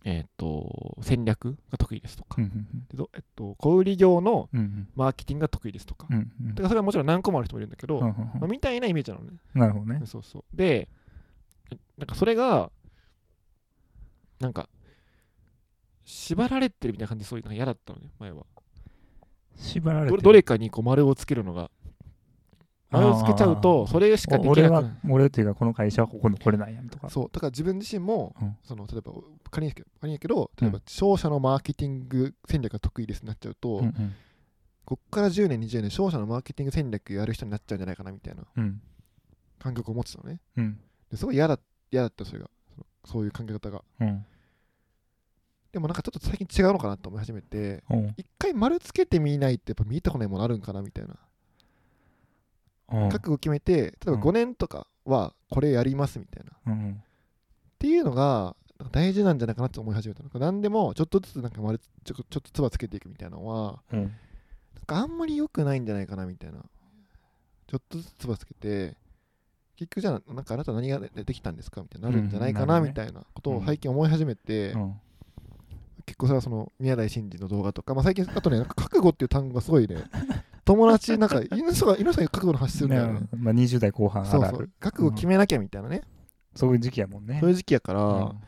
S2: えっ、と戦略が得意ですとか、
S1: うんうん
S2: でどえっと、小売業の
S1: うんうん
S2: マーケティングが得意ですとか,、
S1: うんうん
S2: だからそれはもちろん何個もある人もいるんだけど、
S1: うんう
S2: ま
S1: ん
S2: あ、みたいなイメージなのね
S1: うんなるほどね
S2: そうそうでなんかそれがなんか縛られてるみたいな感じでそういうのが嫌だったのね前は
S1: 縛られて
S2: ど
S1: る
S2: どれかにこう丸をつけるのが丸をつけちゃうとそれしかでき
S1: お
S2: なくな
S1: 俺
S2: い
S1: は俺っていうかこの会社はここのこれなんやとか
S2: そうだから自分自身も、
S1: うん
S2: その例えば仮にですけど仮にやけど例えば商社のマーケティング戦略が得意ですになっちゃうと、
S1: うんうん
S2: こっから10年20年商社のマーケティング戦略やる人になっちゃうんじゃないかなみたいな
S1: うん
S2: 感覚を持ってたのね
S1: うん
S2: ですごい嫌だ嫌だったそれがそのそういう考え方が
S1: うん
S2: でもなんかちょっと最近違うのかなと思い始めて
S1: おう
S2: 一回丸つけてみないってやっぱ見えてこないものあるんかなみたいな
S1: おう
S2: 覚悟決めて例えば
S1: うん
S2: 5年とかはこれやりますみたいな
S1: うん
S2: っていうのがなんか大事なんじゃないかなって思い始めたのか何でもちょっとずつなんか丸つちょちょっとつばつけていくみたいなのは
S1: うん
S2: なんかあんまり良くないんじゃないかなみたいなちょっとずつつばつけて結局じゃあなんかあなた何ができたんですかみたいになるんじゃないかな
S1: うんなるね
S2: みたいなことを最近思い始めて、
S1: うん
S2: 結構それはその宮台真司の動画とか、まあ、最近あとねなんか覚悟っていう単語がすごいね 友達な んか犬さんが犬さんが覚悟の話するんだよね
S1: ねまあ20代後半あ
S2: そう
S1: るあ
S2: そう
S1: る
S2: 覚悟決めなきゃみたいなね、
S1: そういう時期やもんね
S2: そういう時期やから、
S1: うん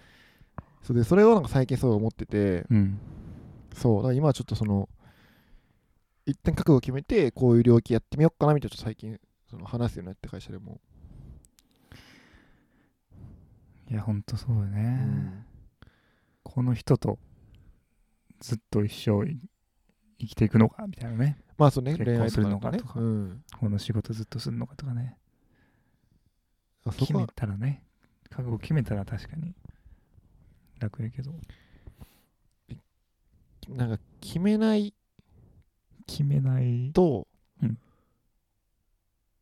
S2: それでそれをなんか最近そう思ってて
S1: うん
S2: そうだから今はちょっとその一旦覚悟決めてこういう領域やってみようかなみたいなちょっと最近その話すようになって会社でも、
S1: いやほんとそうだ
S2: う
S1: ね
S2: ん
S1: この人とずっと一生い生きていくのかみたいなね
S2: まあそうね
S1: 結
S2: 恋
S1: 婚
S2: 愛
S1: す
S2: と
S1: る
S2: か
S1: の
S2: と
S1: か
S2: かね
S1: とか
S2: うん、
S1: この仕事ずっとするのかとかね
S2: あそ
S1: 決
S2: こ
S1: め
S2: は
S1: たらね覚悟決めたら確かに楽やけど
S2: なんか決めない
S1: 決めない
S2: と、
S1: うん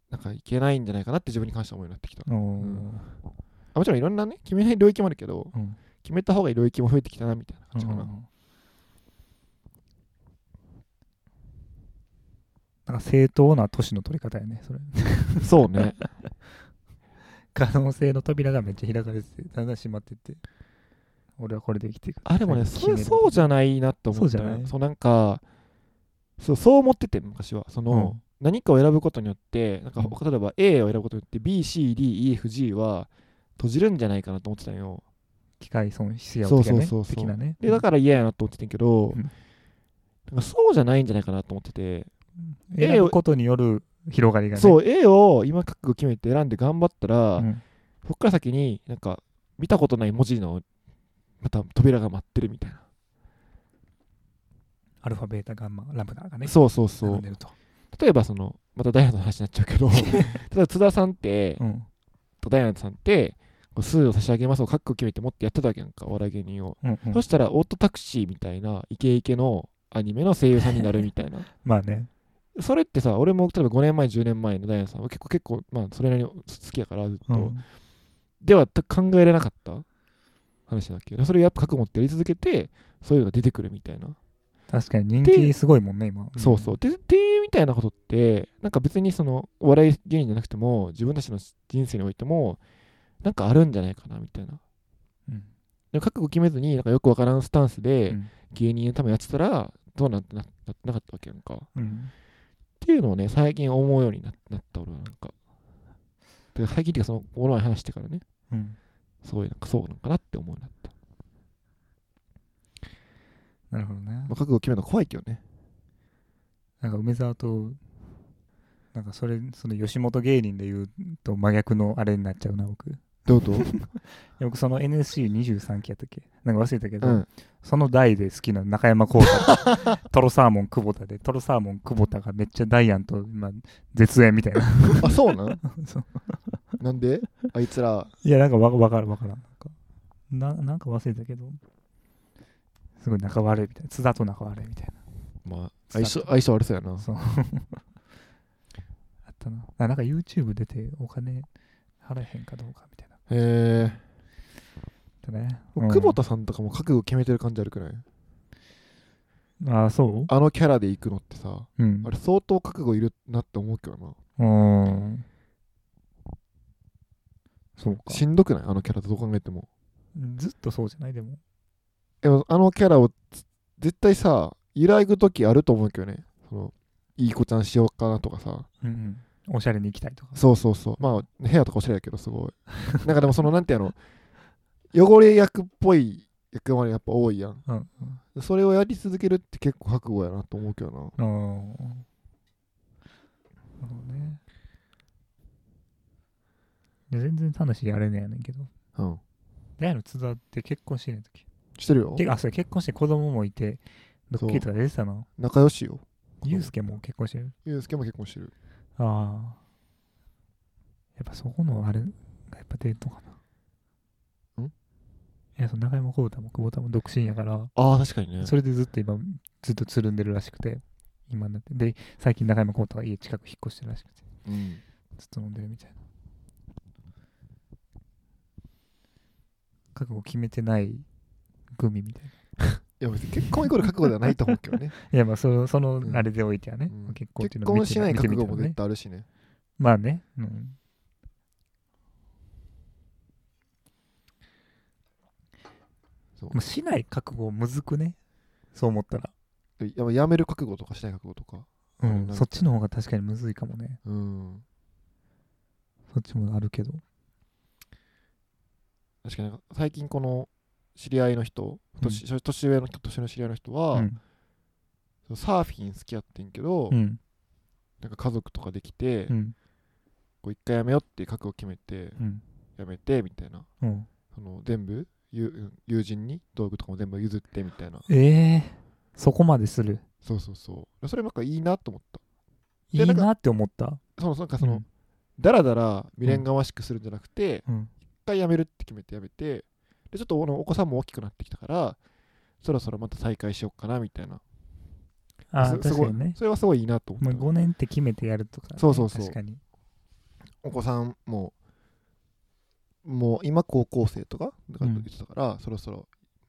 S2: なんかいけないんじゃないかなって自分に関しては思うようになってきた
S1: おー
S2: んあもちろんいろんなね決めない領域もあるけど
S1: うん
S2: 決めた方がいい領域も増えてきたなみたいな感じかな、
S1: んなんか正当な年の取り方やねそれ
S2: そうね
S1: 可能性の扉がめっちゃ開かれててだんだん閉まってって俺はこれで生きていく
S2: あでも ね
S1: 決
S2: そ
S1: め
S2: れ
S1: る
S2: そうじゃないなと思った
S1: そうじゃない
S2: そうなんかそうそう思ってて昔はその、
S1: うん
S2: 何かを選ぶことによってなんか
S1: う
S2: 例えば A を選ぶことによって BCDEFG は閉じるんじゃないかなと思ってたのよ
S1: 機械損失やお的なね
S2: そうそうそうそう
S1: 的なね
S2: でだから嫌やなと思ってたんやけど、
S1: うん
S2: なんかそうじゃないんじゃないかなと思ってて
S1: うん
S2: 絵を
S1: 選ぶことによる広がりがね
S2: そう A を今覚悟決めて選んで頑張ったら、
S1: うん
S2: そっから先になんか見たことない文字のまた扉が待ってるみたいな、
S1: アルファベータガンマラムダがね
S2: そうそうそ
S1: 並
S2: うん
S1: でると
S2: 例えばそのまたダイアナの話になっちゃうけ ど例えば津田さんって、
S1: うん
S2: ダイアナさんってこう数を差し上げますを覚悟決めて持ってやってたわけやんかお笑い芸人を、
S1: うんうん
S2: そしたらオートタクシーみたいなイケイケのアニメの声優さんになるみたいな
S1: まあね
S2: それってさ俺も例えば5年前10年前のダイアナさんは結構結構まあそれなりに好きやからずっと、
S1: うん
S2: では考えれなかった話だっけそれをやっぱ覚悟ってやり続けてそういうのが出てくるみたいな、
S1: 確かに人気すごいもんね今
S2: そうそうででみたいなことってなんか別にそのお笑い芸人じゃなくても自分たちの人生においてもなんかあるんじゃないかなみたいな
S1: うん
S2: で覚悟決めずになんかよくわからんスタンスで
S1: うん
S2: 芸人のためやってたらどうなんてななってなかったわけやんかっ
S1: うん
S2: ていうのをね最近思うようにななった俺はなんかで最近っていうかそのこの前話してからね
S1: うん
S2: すごいなんかそうなんかなって思うようになった、
S1: なるほどね
S2: まあ、覚悟決めるの怖いけどね
S1: なんか梅沢となんかそれその吉本芸人で言うと真逆のあれになっちゃうな僕
S2: ど ういうこ
S1: や僕その NSC23 期やったっけなんか忘れたけ
S2: と
S1: ど、
S2: うん。
S1: その代で好きな中山浩太 トロサーモン久保田でトロサーモン久保田がめっちゃダイアンと、まあ、絶縁みたいな
S2: あ、そうなん
S1: そう
S2: なんであいつら、
S1: いやなんかわわかるわからんなんかななんか忘れたけどすごい仲悪いみたいな津田と仲悪いみたい
S2: まあ、相性相性悪そうやな
S1: な。そう あったなあなんか YouTube 出てお金払えへんかどうかみたいな
S2: へえ。
S1: だね、うん
S2: 久保田さんとかも覚悟決めてる感じあるくない
S1: ああそう
S2: あのキャラで行くのってさ、
S1: うん
S2: あれ相当覚悟いるなって思うけどな。
S1: うんそうか
S2: しんどくないあのキャラとどう考えても。
S1: ずっとそうじゃないでも
S2: でもあのキャラをつ絶対さ、揺らぐ時あると思うけどね。そのいい子ちゃんしようかなとかさ。
S1: うんうん、おしゃれに行きたいとか。
S2: そうそうそう。まあ、部屋とかおしゃれやけど、すごい。 なんかでも、その、なんていうの、汚れ役っぽい役割やっぱ多いやん。
S1: うん
S2: それをやり続けるって結構覚悟やなと思うけどな。
S1: うん。なるほどね。いや全然話やれねえやねんけど。
S2: うん。
S1: ダイの津田って結婚してない時。
S2: してるよ。
S1: てか、あ、それ結婚して子供もいて、ドッキリとか出てたの。
S2: 仲良しよ。
S1: ユうスケも結婚してる。
S2: ゆうすけも結婚してる。
S1: ああ。やっぱそこのあれがやっぱ出るのかな。
S2: ん
S1: いや、その中山浩太も久保田も独身やから。
S2: ああ、確かにね
S1: それでずっと今、ずっとつるんでるらしくて、今になって。で、最近中山浩太が家近く引っ越してるらしくて、
S2: うん。
S1: ずっと飲んでるみたいな。覚悟決めてないグミみたいな。
S2: いや、別に結婚イコール覚悟ではないと思うけど ね。
S1: いや、まあ、その、その
S2: う、ん
S1: あれでおいてはね、
S2: うん
S1: 結婚っていうの
S2: 結
S1: を
S2: 婚
S1: 見
S2: してない
S1: 見て
S2: 覚
S1: み
S2: 悟
S1: た
S2: も
S1: ら
S2: 絶
S1: ね。
S2: 対あるしね。
S1: まあね、うん。
S2: そう
S1: もうしない覚悟むずくね。そう思ったら。
S2: やっぱやめる覚悟とかしない覚悟とか。
S1: う
S2: うんなん
S1: ん、
S2: か
S1: そっちの方が確かにむずいかもね。
S2: うん。
S1: そっちもあるけど。
S2: 確かに、最近この知り合いの人、年,、年上の人、年上の知り合いの人
S1: う
S2: は、
S1: ん。
S2: そのサーフィン好きやってんけど、
S1: うん。
S2: なんか家族とかできて、
S1: うん。
S2: こう一回やめようっていう覚悟を決めて、
S1: うん。
S2: やめてみたいな、
S1: うん。
S2: その全部友うん友人に道具とかも全部譲ってみたいな、
S1: ええそこまでする。
S2: そうそうそう、それなんかいいなと思っ
S1: い
S2: で
S1: い
S2: なんか
S1: なって思った。
S2: た。そのなんかその、
S1: うん
S2: だらだら未練がましくするんじゃなくて、
S1: うん。
S2: 一回やめるって決めてやめて、でちょっとあのお子さんも大きくなってきたから、そろそろまた再開しようかなみたいな、
S1: ああ、
S2: すす
S1: 確
S2: ご
S1: か
S2: い
S1: にね。
S2: それはすごいいいなと思
S1: まあ、
S2: った。
S1: 5年って決めてやるとか、
S2: そうそうそう
S1: 確かに。
S2: お子さんも、もう今高校生とかだから
S1: うん
S2: 言ってたから、そろそろ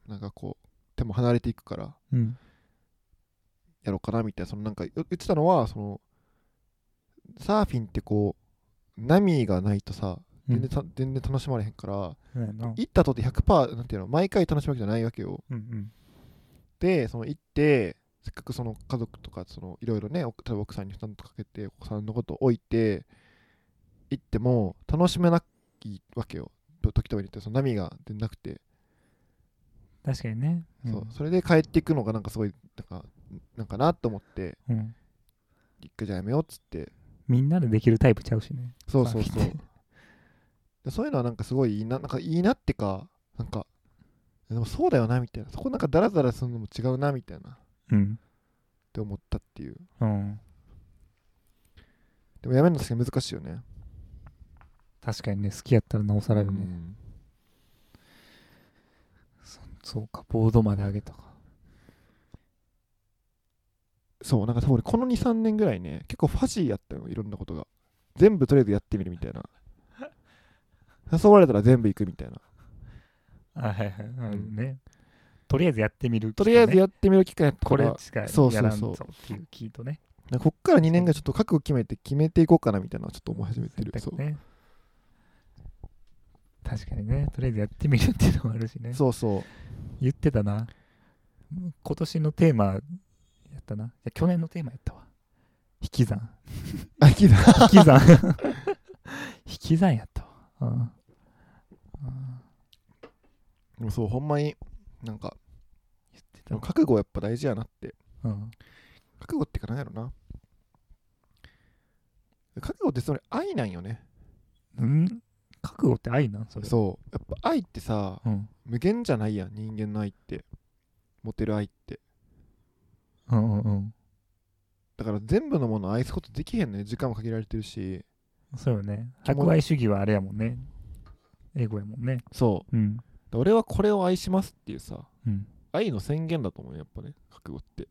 S2: なんかこう、手も離れていくから、
S1: うん。
S2: やろうかなみたいなそのなんかよ言ってたのはそのサーフィンってこう波がないとさ
S1: う
S2: 全
S1: ん
S2: 然,、全然楽しまれへんから
S1: そうやな
S2: 行ったとて100%なんていうの毎回楽しむわけじゃないわけよ
S1: うん
S2: でその行ってせっかくその家族とかそのいろいろねお例えば奥さんに負担とかけてお子さんのこと置いて行っても楽しめないわけよと時とばにってその波が出なくて、
S1: 確かにね。うん
S2: そうそれで帰っていくのがなんかすごいなんかなんかなと思って
S1: うん
S2: 一回じゃあやめようっつって
S1: みんなでできるタイプちゃうしね。
S2: そうそう
S1: サー
S2: そ
S1: フィン
S2: う。 でそういうのはなんかすごいいいな、なんかいいなってか、なんか、でもそうだよなみたいな、そこなんかダラダラするのも違うなみたいなっ
S1: うん。
S2: て思ったっていう。
S1: うん。
S2: でもやめるの確かに難しいよね。
S1: 確かにね、好きやったらなおさらよ
S2: う
S1: ね。
S2: ん
S1: そうか、ボードまで上げたか。
S2: そう、なんか多分俺この2、3年ぐらいね、結構ファジーやったよ、いろんなことが。全部とりあえずやってみるみた いな。誘われたら全部行くみたいな。
S1: あはいはい。うんね。とりあえずやってみる、
S2: とりあえず
S1: っ
S2: やってみる期間やったか
S1: これ
S2: ら、
S1: しかや
S2: そうそうそう
S1: らんぞっていう聞いとね。
S2: なんかこっから2年ぐらいちょっと覚悟決めて決めていこうかなみたいなのはちょっと思い始めてる。
S1: 選
S2: そう
S1: 択ね確かにね、とりあえずやってみるっていうのもあるしね。
S2: そうそう。
S1: 言ってたな。今年のテーマやったな。いや去年のテーマやったわ。引き算。
S2: あ、聞いた。
S1: 引き算。引き算やったわ。うんうん
S2: でもそう、ほんまになんか、
S1: 言って
S2: で
S1: た
S2: も
S1: わ
S2: 覚悟やっぱ大事やなって
S1: うん
S2: 覚悟ってかなんやろな覚悟ってそれ愛なんよね
S1: うん。覚悟って愛なんそれ
S2: そうやっぱ愛ってさ
S1: うん、
S2: 無限じゃないやん人間の愛って持てる愛って
S1: うんうんうん
S2: だから全部のものを愛すことできへんのよ時間も限られてるし
S1: そうよね
S2: 気持ち
S1: 博愛主義はあれやもんねエゴやもんね
S2: そ
S1: うん
S2: う俺はこれを愛しますっていうさ
S1: うん
S2: 愛の宣言だと思うねやっぱね覚悟って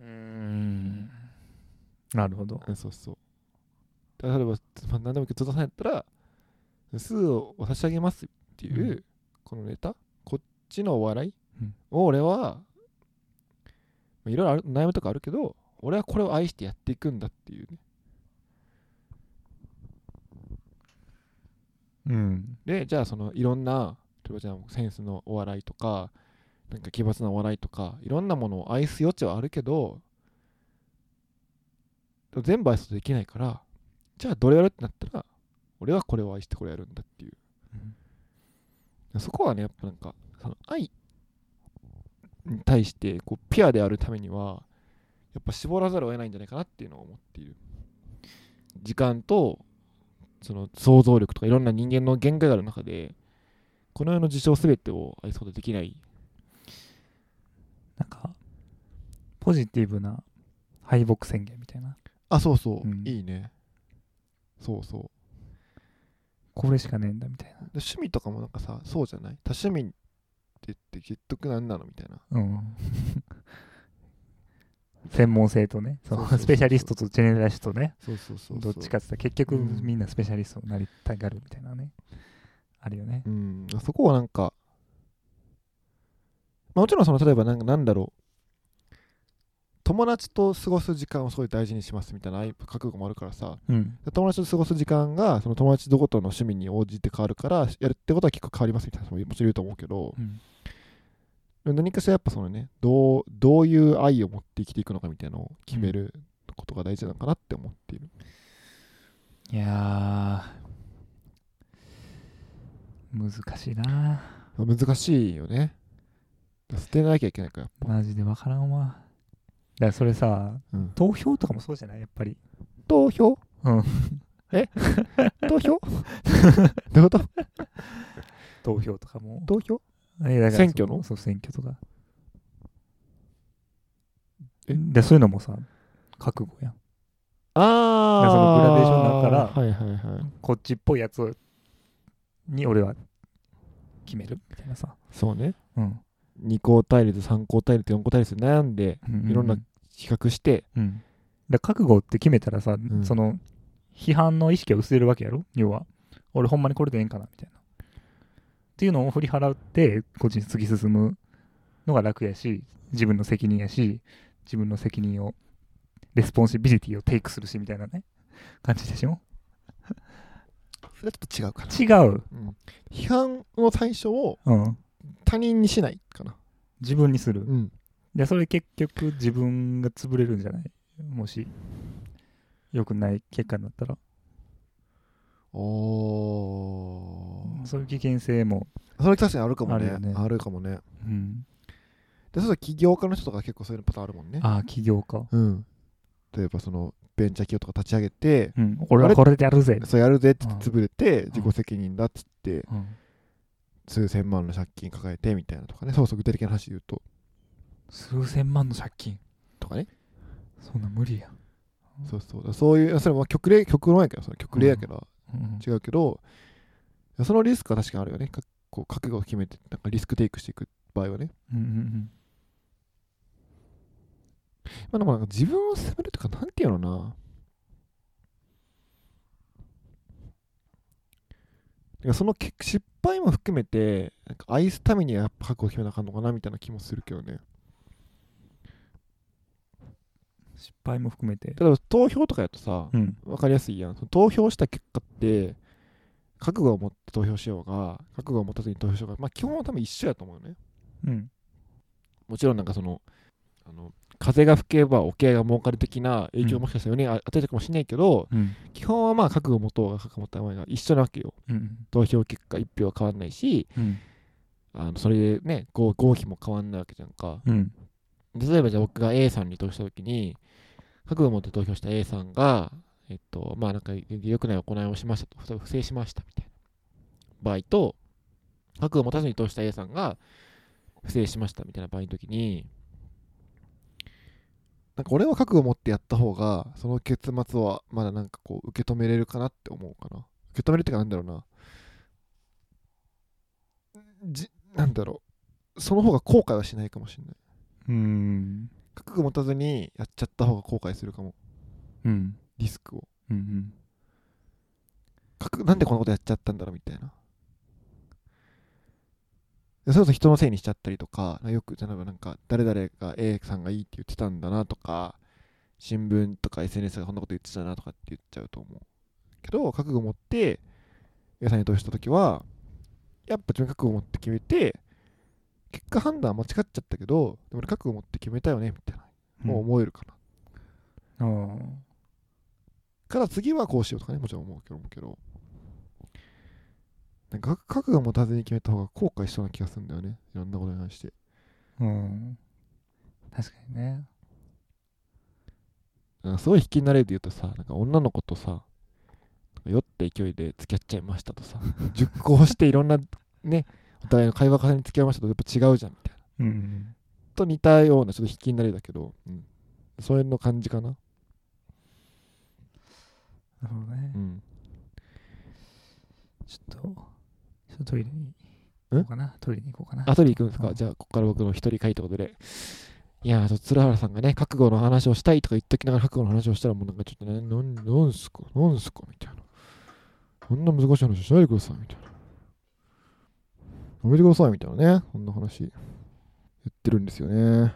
S1: うんなるほど
S2: うんそうそうだから例えば、まあ、何でもいいけど津田さんやったらスーを差し上げますっていう、
S1: う
S2: このネタこっちのお笑い
S1: うん
S2: を俺は、まあいろいろある悩みとかあるけど俺はこれを愛してやっていくんだっていうね
S1: うん
S2: でじゃあそのいろんな例えばじゃあセンスのお笑いとかなんか奇抜なお笑いとかいろんなものを愛す余地はあるけどでも全部愛すことできないからじゃあどれやるってなったら俺はこれを愛してこれやるんだっていう、そこはねやっぱなんかその愛に対してこうピュアであるためにはやっぱ絞らざるを得ないんじゃないかなっていうのを思っている時間とその想像力とかいろんな人間の限界がある中でこの世の事象すべてを愛すことできない
S1: なんかポジティブな敗北宣言みたいな
S2: あそうそう
S1: うん
S2: いいねそうそう
S1: これしかねえんだみたい
S2: で趣味とかもなんかさそうじゃない多趣味って言って結局何なのみたいな
S1: なうん 専門性とねそ
S2: そう
S1: の
S2: そうそう
S1: スペシャリストとジェネラリストね
S2: そうそうそ
S1: どっちかって言ったら結局
S2: うん
S1: みんなスペシャリストになりたがるみたいなねあるよね
S2: うんそこはなんか、まあ、もちろんその例えばなんかなんだろう友達と過ごす時間をすごい大事にしますみたいなああいう覚悟もあるからさ
S1: うん
S2: で友達と過ごす時間がその友達どことの趣味に応じて変わるからやるってことは結構変わりますみたいな人ももちろんいると思うけど
S1: うん
S2: でも何かしらやっぱそのねどうどういう愛を持って生きていくのかみたいなのを決めることが大事なのかなって思っている、
S1: いやー難しいな
S2: まあ難しいよね捨てなきゃいけないからやっぱ、
S1: マジで分からんわだからそれさ
S2: うん
S1: 投票とかもそうじゃないやっぱり
S2: 投票
S1: うん
S2: 投票どういうこと
S1: 投票とかも
S2: 投票
S1: えだから
S2: 選挙の
S1: そうそう選挙とか
S2: え
S1: でそういうのもさ覚悟やん
S2: ああ
S1: そのグラデーションの中から
S2: はいはいはい
S1: こっちっぽいやつに俺は決めるみたいなさ、
S2: そうね
S1: うん
S2: 2項対立3項対立4項対立で悩んでいろんな比較して、
S1: うん、だから覚悟って決めたらさ、
S2: ん
S1: その批判の意識を薄れるわけやろ要は俺ほんまにこれでええんかなみたいなっていうのを振り払ってこっちに突き進むのが楽やし自分の責任やし自分の責任をレスポンシビリティをテイクするしみたいなね感じでしょ
S2: それはちょっと違う
S1: 違う、
S2: かな、うん、批判の対象を
S1: うん、
S2: 他人にしないかな
S1: 自分にする
S2: うん
S1: でそれ結局自分が潰れるんじゃないもし良くない結果になったら
S2: お
S1: そういう危険性も、
S2: それ確かにあるかもね
S1: あ
S2: あ
S1: る
S2: る
S1: よね
S2: かもね
S1: うん、
S2: でそうそう起業家の人とか結構そういうパターンあるもんね
S1: ああ起業家
S2: うん例えばそのベンチャー企業とか立ち上げて
S1: うん、俺
S2: あ
S1: は
S2: れ
S1: これでやるぜ。
S2: そうやるぜって言っ
S1: うん
S2: て潰れて自己責任だっつって
S1: うん
S2: 数千万の借金抱えてみたいなとかねそうそう具体的な話で言うと
S1: 数千万の借金。
S2: とかね
S1: そんな無理や。
S2: そうそうだからそういうそれは極例極論やけどそれ極例やけど
S1: うん
S2: 違うけどそのリスクは確かにあるよねかこう覚悟を決めてなんかリスクテイクしていく場合はね
S1: うんうん
S2: まあでもなんか自分を責めるとかなんていうのかな。てかその結失敗も含めて、なんか愛すためにはやっぱ覚悟を決めなあかんのかなみたいな気もするけどね。
S1: 失敗も含めて。
S2: 例えば投票とかやとさ、
S1: うん。
S2: わかりやすいやん。その投票した結果って、覚悟を持って投票しようが、覚悟を持たずに投票しようが、まあ基本は多分一緒やと思うよね。
S1: うん。
S2: もちろんなんかその、あの風が吹けば桶が儲かる的な影響もしかしたら4年与えてるかもしれないけど、
S1: うん。
S2: 基本はまあ覚悟を持とうが覚悟を持ったまいが一緒なわけよ
S1: うん。
S2: 投票結果1票は変わんないし
S1: うん。
S2: あのそれでね合合否も変わんないわけじゃんか
S1: うん。
S2: 例えばじゃあ僕が A さんに投票した時に覚悟を持って投票した A さんが
S3: えっと、まあなんか良くない行いをしましたと、それを不正しましたみたいな場合と、悪を持たずに通した A さんが不正しましたみたいな場合の時に、
S2: なんか俺は覚悟を持ってやった方がその結末はまだなんかこう受け止めれるかなって思うかな受け止めるっていうかなんだろうなじなんだろうその方が後悔はしないかもしれない
S1: うん
S2: 覚悟持たずにやっちゃった方が後悔するかも
S1: うん
S2: リスクを
S1: うんうん
S2: 覚なんでこんなことやっちゃったんだろうみたいなでそれこそ人のせいにしちゃったりとかなんかよく例えばなんか誰々が A さんがいいって言ってたんだなとか新聞とか SNS がこんなこと言ってたなとかって言っちゃうと思うけど覚悟を持って A さんに通した時はやっぱ自分覚悟を持って決めて結果判断は間違っちゃったけどでも俺覚悟を持って決めたよねみたいなもう思えるかな、
S1: あー
S2: から次はこうしようとかねもちろん思うけど思うけどなんか覚覚悟持たずに決めた方が後悔しそうな気がするんだよねいろんなことに関して
S1: うん確かにね
S3: なんかすごい引き慣れで言うとさ、なんか女の子とさ、なんか酔った勢いで付き合っちゃいましたとさ、
S2: 熟考していろんなねお互いの会話重ねに付き合いましたとやっぱ違うじゃんみたいな
S1: うん
S2: と似たようなちょっと引き慣れだけど、うん、そういうの感じかな
S1: なるほどね
S2: うん
S1: ちょっとちょっとトイレに
S2: ん
S1: 行こうかなトイレに行こうかな
S3: あとで行くんですか、
S1: うん
S3: じゃあ、ここから僕の一人会ということで。いやー、ちょっと鶴原さんがね、覚悟の話をしたいとか言っときながら、覚悟の話をしたら、もうなんかちょっとね、なんなんすか、なんすかみたいな。
S2: こんな難しい話しないでくださいみたいなやめてくださいみたいなねこんな話言ってるんですよね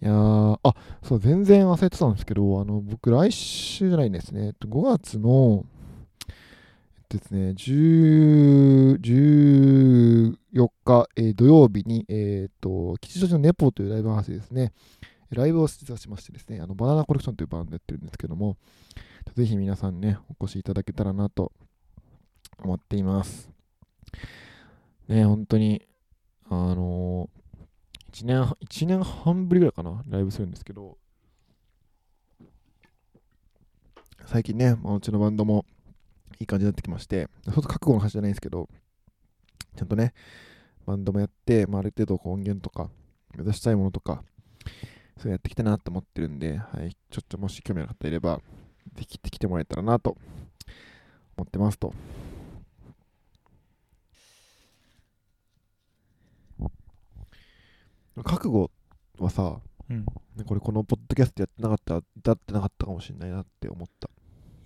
S2: いやーあそう全然忘れてたんですけどあの僕来週じゃないんですねえっと5月のえっとですね10 14日、えー土曜日に、えーっと吉祥寺のネポというライブハウスでですねライブを実はしましてですねあのバナナコレクションというバンドやってるんですけどもぜひ皆さんね、お越しいただけたらなと思っています。
S3: ね、本当に、あのー、1年、一年半ぶりぐらいかな、ライブするんですけど、
S2: 最近ね、まあうちのバンドもいい感じになってきまして、ちょっと覚悟の話じゃないんですけど、ちゃんとね、バンドもやって、まあ、ある程度こう音源とか、目指したいものとか、そうやっていきたいなと思ってるんで、はい、ちょっともし興味ある方いれば、ぜひ来てもらえたらなと思ってますと。覚悟はさ、
S1: うん
S2: ねこれこのポッドキャストやってなかったら至ってなかったかもしれないなって思った、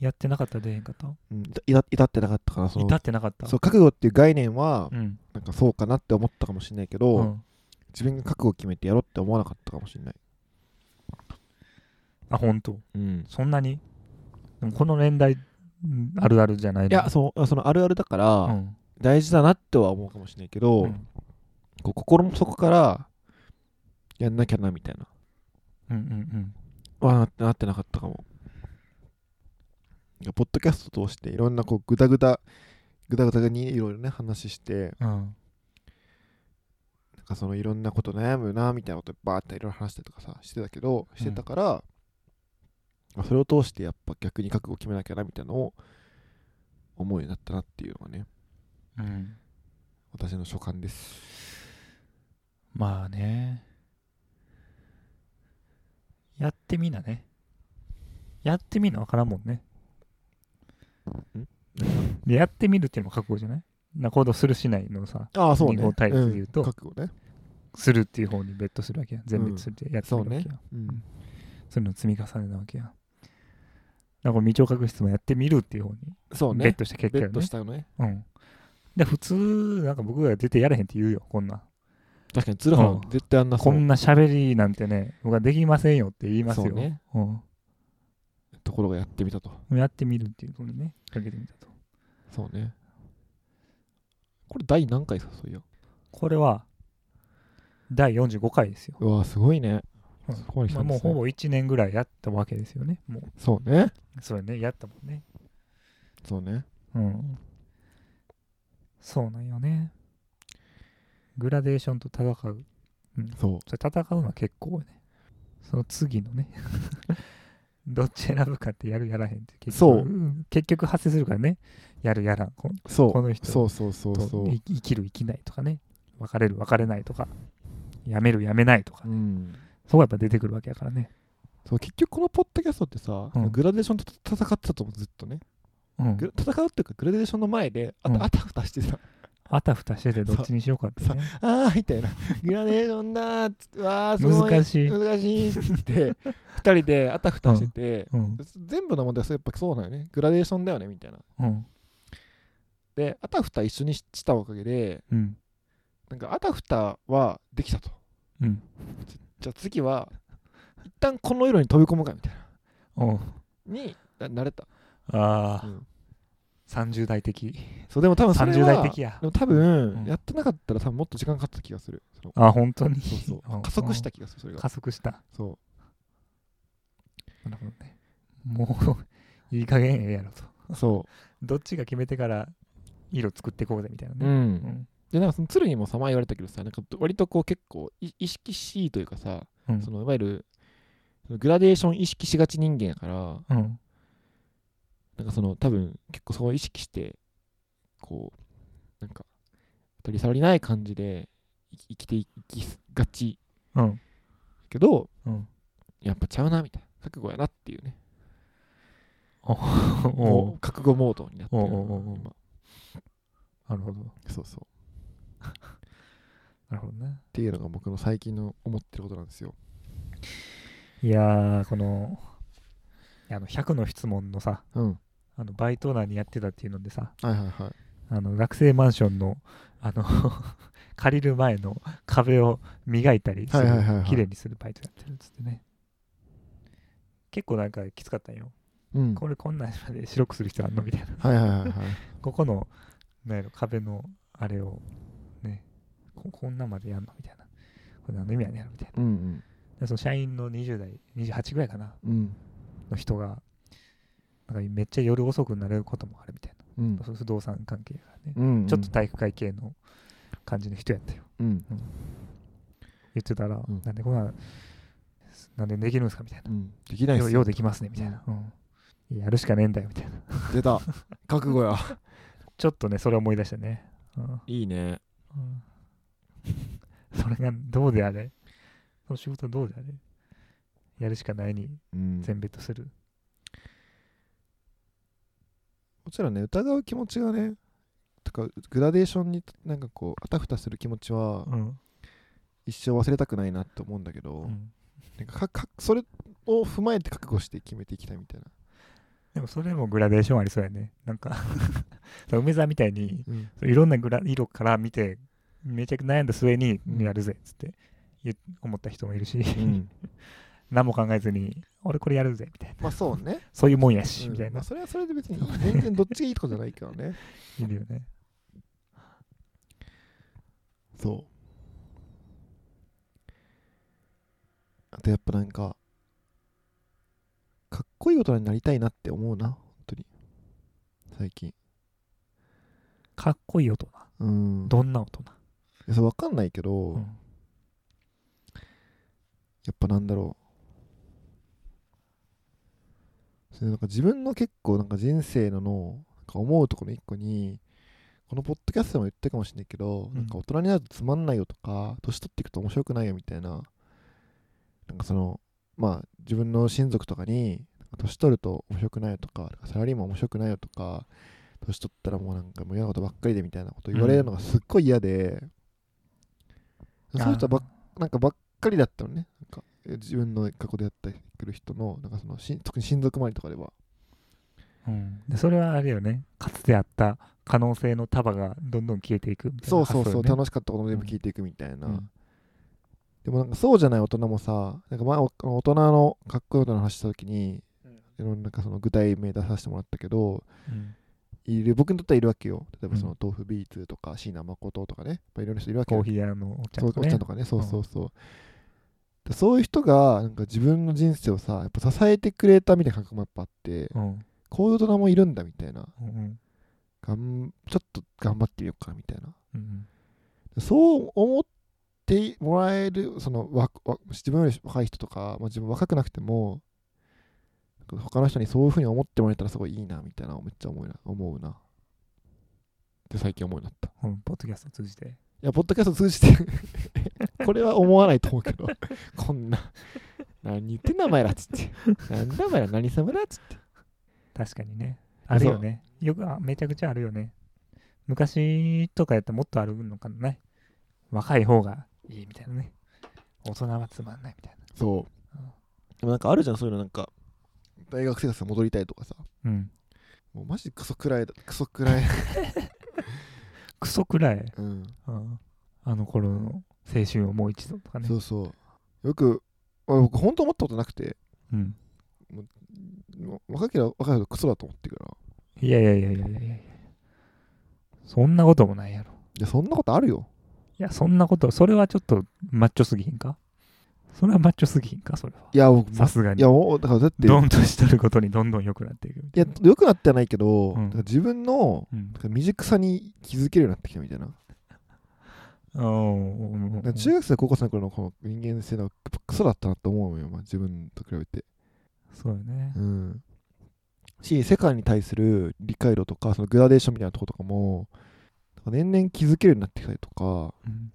S1: やってなかったら出へんかった
S2: うん、至至ってなかったからその
S1: 至ってなかった
S2: そう覚悟っていう概念は
S1: うん
S2: なんかそうかなって思ったかもしれないけど、
S1: うん
S2: 自分が覚悟を決めてやろうって思わなかったかもしれない
S1: あ本当
S3: うん。
S1: そんなにでもこの年代うんあるあるじゃないの
S2: いやそうそのあるあるだか
S1: う
S2: ら
S1: ん
S2: 大事だなっては思うかもしれないけど、
S1: うん
S2: こう心の底からやんなきゃなみたいな
S1: うんうん
S2: はななってなかったかもいやポッドキャスト通していろんなこうグダグダグダグダにいろいろね話して
S1: うんうん
S2: なんかそのいろんなこと悩むなみたいなことバーっていろいろ話してとかさしてたけどしてたから、それを通してやっぱ逆に覚悟を決めなきゃなみたいなのを思うようになったなっていうのがね
S1: うん
S2: 私の所感です
S1: まあねやってみなねやってみなわからんもんねでやってみるっていうのも覚悟じゃないな行動するしないのさ
S2: ああ
S1: そうね日本対立で言うと
S2: ん覚悟ね、
S1: するっていう方にベットするわけや全別するってやってみるわけや、
S2: そうねうん
S1: そういうのの積み重ねなわけやだから未聴覚室もやってみるっていう方に
S2: そう
S1: ベッ
S2: ね
S1: トした結果
S2: ベ
S1: よ
S2: ッド
S1: ね
S2: したよね
S1: うんで普通なんか僕が出てやれへんって言うよこんな
S3: 確かに、鶴原
S1: うん
S3: 絶対あんな
S1: こ
S3: そうん
S1: な喋りなんてね僕はできませんよって言います
S3: そう
S1: よ、
S3: ね、
S1: うん
S3: ところがやってみたと。
S1: やってみるっていうのにね、かけてみたと。
S3: そうね。これ第何回ですか、そういや。
S1: これは、第45回ですよ。
S3: うわー、すごいね。
S1: うん
S3: そこまで来た
S1: まあ、
S3: んで
S1: もう
S3: すね
S1: ほぼ1年ぐらいやったわけですよね。も
S2: そうね
S1: う、そうやね、やったもんね。
S2: そうね
S1: うん。そうなんよね。グラデーションと戦う。
S2: そう
S1: それ戦うのは結構ね。その次のね、どっち選ぶかってやるやらへんって結局
S2: そうん
S1: 結局発生するからねやるやらんこ
S2: そう
S1: この人
S2: そうそうそうそう、
S1: い生きる生きないとかね別れる別れないとかやめるやめないとか
S3: うん、
S1: そこがやっぱ出てくるわけやからね
S2: そう結局このポッドキャストってさ、
S1: うん
S2: グラデーションと戦ってたと思うずっとね、
S1: うん
S2: グラ戦うっていうかグラデーションの前であ,、
S1: うん
S2: あたふたしてさ
S1: あたふたしててどっちにしようかってね
S2: あーみたいなグラデーションだーっつってわーすごい
S1: 難しい
S2: 難しいっつって 二人であたふたしてて、
S1: うん
S2: 全部の問題はそうやっぱそうなのよねグラデーションだよねみたいな
S1: うん
S2: であたふた一緒にししたおかげで
S1: うん
S2: なんかあたふたはできたと
S1: うん
S2: じゃあ次は一旦この色に飛び込むかみたいな
S1: おう
S2: にな慣れた、
S1: ああ、
S2: うん
S1: 30代的
S2: そうでも多分それは
S1: 30代的や
S2: でも多分、
S1: うん
S2: やってなかったら多分もっと時間かかった気がする その
S1: あ本当に
S2: そうそううん加速した気がするそれが
S1: 加速した
S2: そ
S1: なるほどねもういい加減ええやろと
S2: うそ
S1: どっちが決めてから色作ってこうぜみたいな
S2: う、
S1: ね、
S2: ん
S1: うん
S3: でなんかその鶴にもさま言われたけどさなんか割とこう結構い意識しいというかさ、
S1: うん
S3: そのいわゆるそのグラデーション意識しがち人間やから
S1: うん
S3: なんかその多分結構そこを意識してこうなんか取り障りない感じで生き生きていきがち
S1: うん
S3: けど
S1: うん
S3: やっぱちゃうなみたいな覚悟やなっていうね
S1: お
S3: もう覚悟モードになってる
S1: おうおうおうおう
S3: 今
S1: なるほど
S2: そうそうっ
S1: なるほどね
S2: ていうのが僕の最近の思ってることなんですよ
S1: いやーこのいやあの100の質問のさ
S2: うん
S1: あのバイト何やってたっていうのでさ
S2: はいはいはい
S1: あの学生マンションのあの 借りる前の壁を磨いたりす
S2: はい
S1: る
S2: はいはいはい
S1: 綺麗にするバイトやってるっつってね結構なんかきつかったんよ
S2: うん
S1: これこんなんまで白くする必要あんのみたいな
S2: はいは いはいはい
S1: ここのなんやろ壁のあれをねここんなんまでやんのみたいなこれ何の意味やねんやろみたいな
S2: うんうん
S1: でその社員の20代28ぐらいかな
S2: うん
S1: の人がなんかめっちゃ夜遅くなることもあるみたい
S2: うん
S1: なそう不動産関係がね、
S2: うん
S1: ちょっと体育会系の感じの人やったよ
S2: うん
S1: 言ってたら、
S2: うん
S1: なんでこんなんなんでできるんですかみたいな
S2: うんできないっ
S1: よう
S2: す
S1: ようできますねみたいな、うんやるしかねえんだよみたいな
S2: 出た 覚 悟や
S1: ちょっとねそれ思い出したね、うん
S3: いいね
S1: うん それがどうであれその仕事はどうであれやるしかないに
S2: うん
S1: 全ベットする、
S2: こちらね疑う気持ちがねとかグラデーションになんかこうあたふたする気持ちは
S1: うん
S2: 一生忘れたくないなって思うんだけど、
S1: うん
S2: なんかかかそれを踏まえて覚悟して決めていきたいみたいな、
S1: でもそれもグラデーションありそうやねなんか そう梅沢みたいに
S2: うん
S1: そういろんなグラ色から見てめちゃくちゃ悩んだ末に
S2: うん
S1: やるぜっつって言思った人もいるし、 何も考えずに俺これやるぜみたいな
S2: まあそうね、
S1: そういうもんやし、
S2: うん
S1: みたい
S2: ま
S1: な
S2: あ、それはそれで別にいい全然どっちがいいとかじゃないから ね
S1: いるよね
S2: そうあとやっぱなんかかっこいい大人になりたいなって思うな本当に最近
S1: かっこいい大人
S2: うん
S1: どんな大人、
S2: いやそれ分かんないけど、
S1: うん
S2: やっぱなんだろうそれなんか自分の結構なんか人生ののなんか思うところの一個にこのポッドキャストでも言ったかもしれないけど、
S1: ん
S2: なんか大人になるとつまんないよとか年取っていくと面白くないよみたいななんかそのまあ自分の親族とかになんか年取ると面白くないよとかサラリーマン面白くないよとか年取ったらもうなんかもう嫌なことばっかりでみたいなこと言われるのがすっごい嫌で、そういう人ばっなんかばっかりだったのねなんかえ自分の過去でやってくる人のなんかそのし特に親族周りとかでは
S1: うんでそれはあれよねかつてあった可能性の束がどんどん消えていくみたいな
S2: そうそうそう、
S1: し
S2: 楽しかったことも全部聞いていくみたいな、
S1: うん
S2: でもなんかそうじゃない大人もさなんか前お大人のかっこよくの話した時に、いろんななんかその具体名出させてもらったけどいる僕にとってはいるわけよ例えばその豆腐 B2 とか椎名誠とかねやっぱいろんな人いるわけ
S1: コ
S2: よ
S1: ーヒー屋のおっちゃ
S2: そ
S1: ん
S2: う
S1: とか、
S2: おっ
S1: ね
S2: ちゃんとかねそうそうそう、でそういう人がなんか自分の人生をさやっぱ支えてくれたみたいな感覚もやっぱあって
S1: うん
S2: こういう大人もいるんだみたいな
S1: うんうん
S2: がんちょっと頑張ってみようかなみたいな
S1: うん
S2: そう思ってもらえるそのわわ自分より若い人とか、まあ、自分若くなくても他の人にそういうふうに思ってもらえたらすごいいいなみたいなのをめっちゃ思うな思うな
S3: て最近思いになった。
S1: このポッドキャストを通じて。
S2: いやポッドキャスト通じて
S3: これは思わないと思うけど、こんな、何言ってんだお前らっつって。何だお前ら何様だっつって。
S1: 確かにね。あるよね。よくあ、めちゃくちゃあるよね。昔とかやったらもっとあるのかなね。若い方がいいみたいなね。大人はつまんないみたい
S2: そう
S1: うん
S2: でもなんかあるじゃんそういうのなんか大学生活に戻りたいとかさ
S1: な。うん。
S2: もうマジでクソくらいだクソく らい、
S1: クソくらい、
S2: うん、
S1: うんあの頃の青春をもう一度とかね
S2: そ。うそうよくあ僕本当思ったことなくて
S1: うん。
S2: もう若ければ若いほどクソだと思ってるから
S1: いやいやいやいやいやいやそんなこともないやろ。
S2: いやそんなことあるよ
S1: いや、そんなこと、それはちょっとマッチョすぎひんかそれはマッチョすぎひんかそれは。
S2: いや僕
S1: さすが
S2: い
S1: に。
S2: やもうだからだって
S1: どんとしとることにどんどん良くなっていくみ
S2: い
S1: たいな。
S2: や良くなってはないけど、
S1: うん
S2: だから自分の
S1: うん
S2: だから未熟さに気づけるようになってきたみたいなだか
S1: あーうんうんう
S2: ら
S1: ん
S2: 中学生高校生の頃のこの人間性のクソだったなと思うのよ、まあ、自分と比べて
S1: そうよね
S2: う。んし世界に対する理解度とかそのグラデーションみたいなとことかもだから年々気づけるようになってきたりとか
S1: うん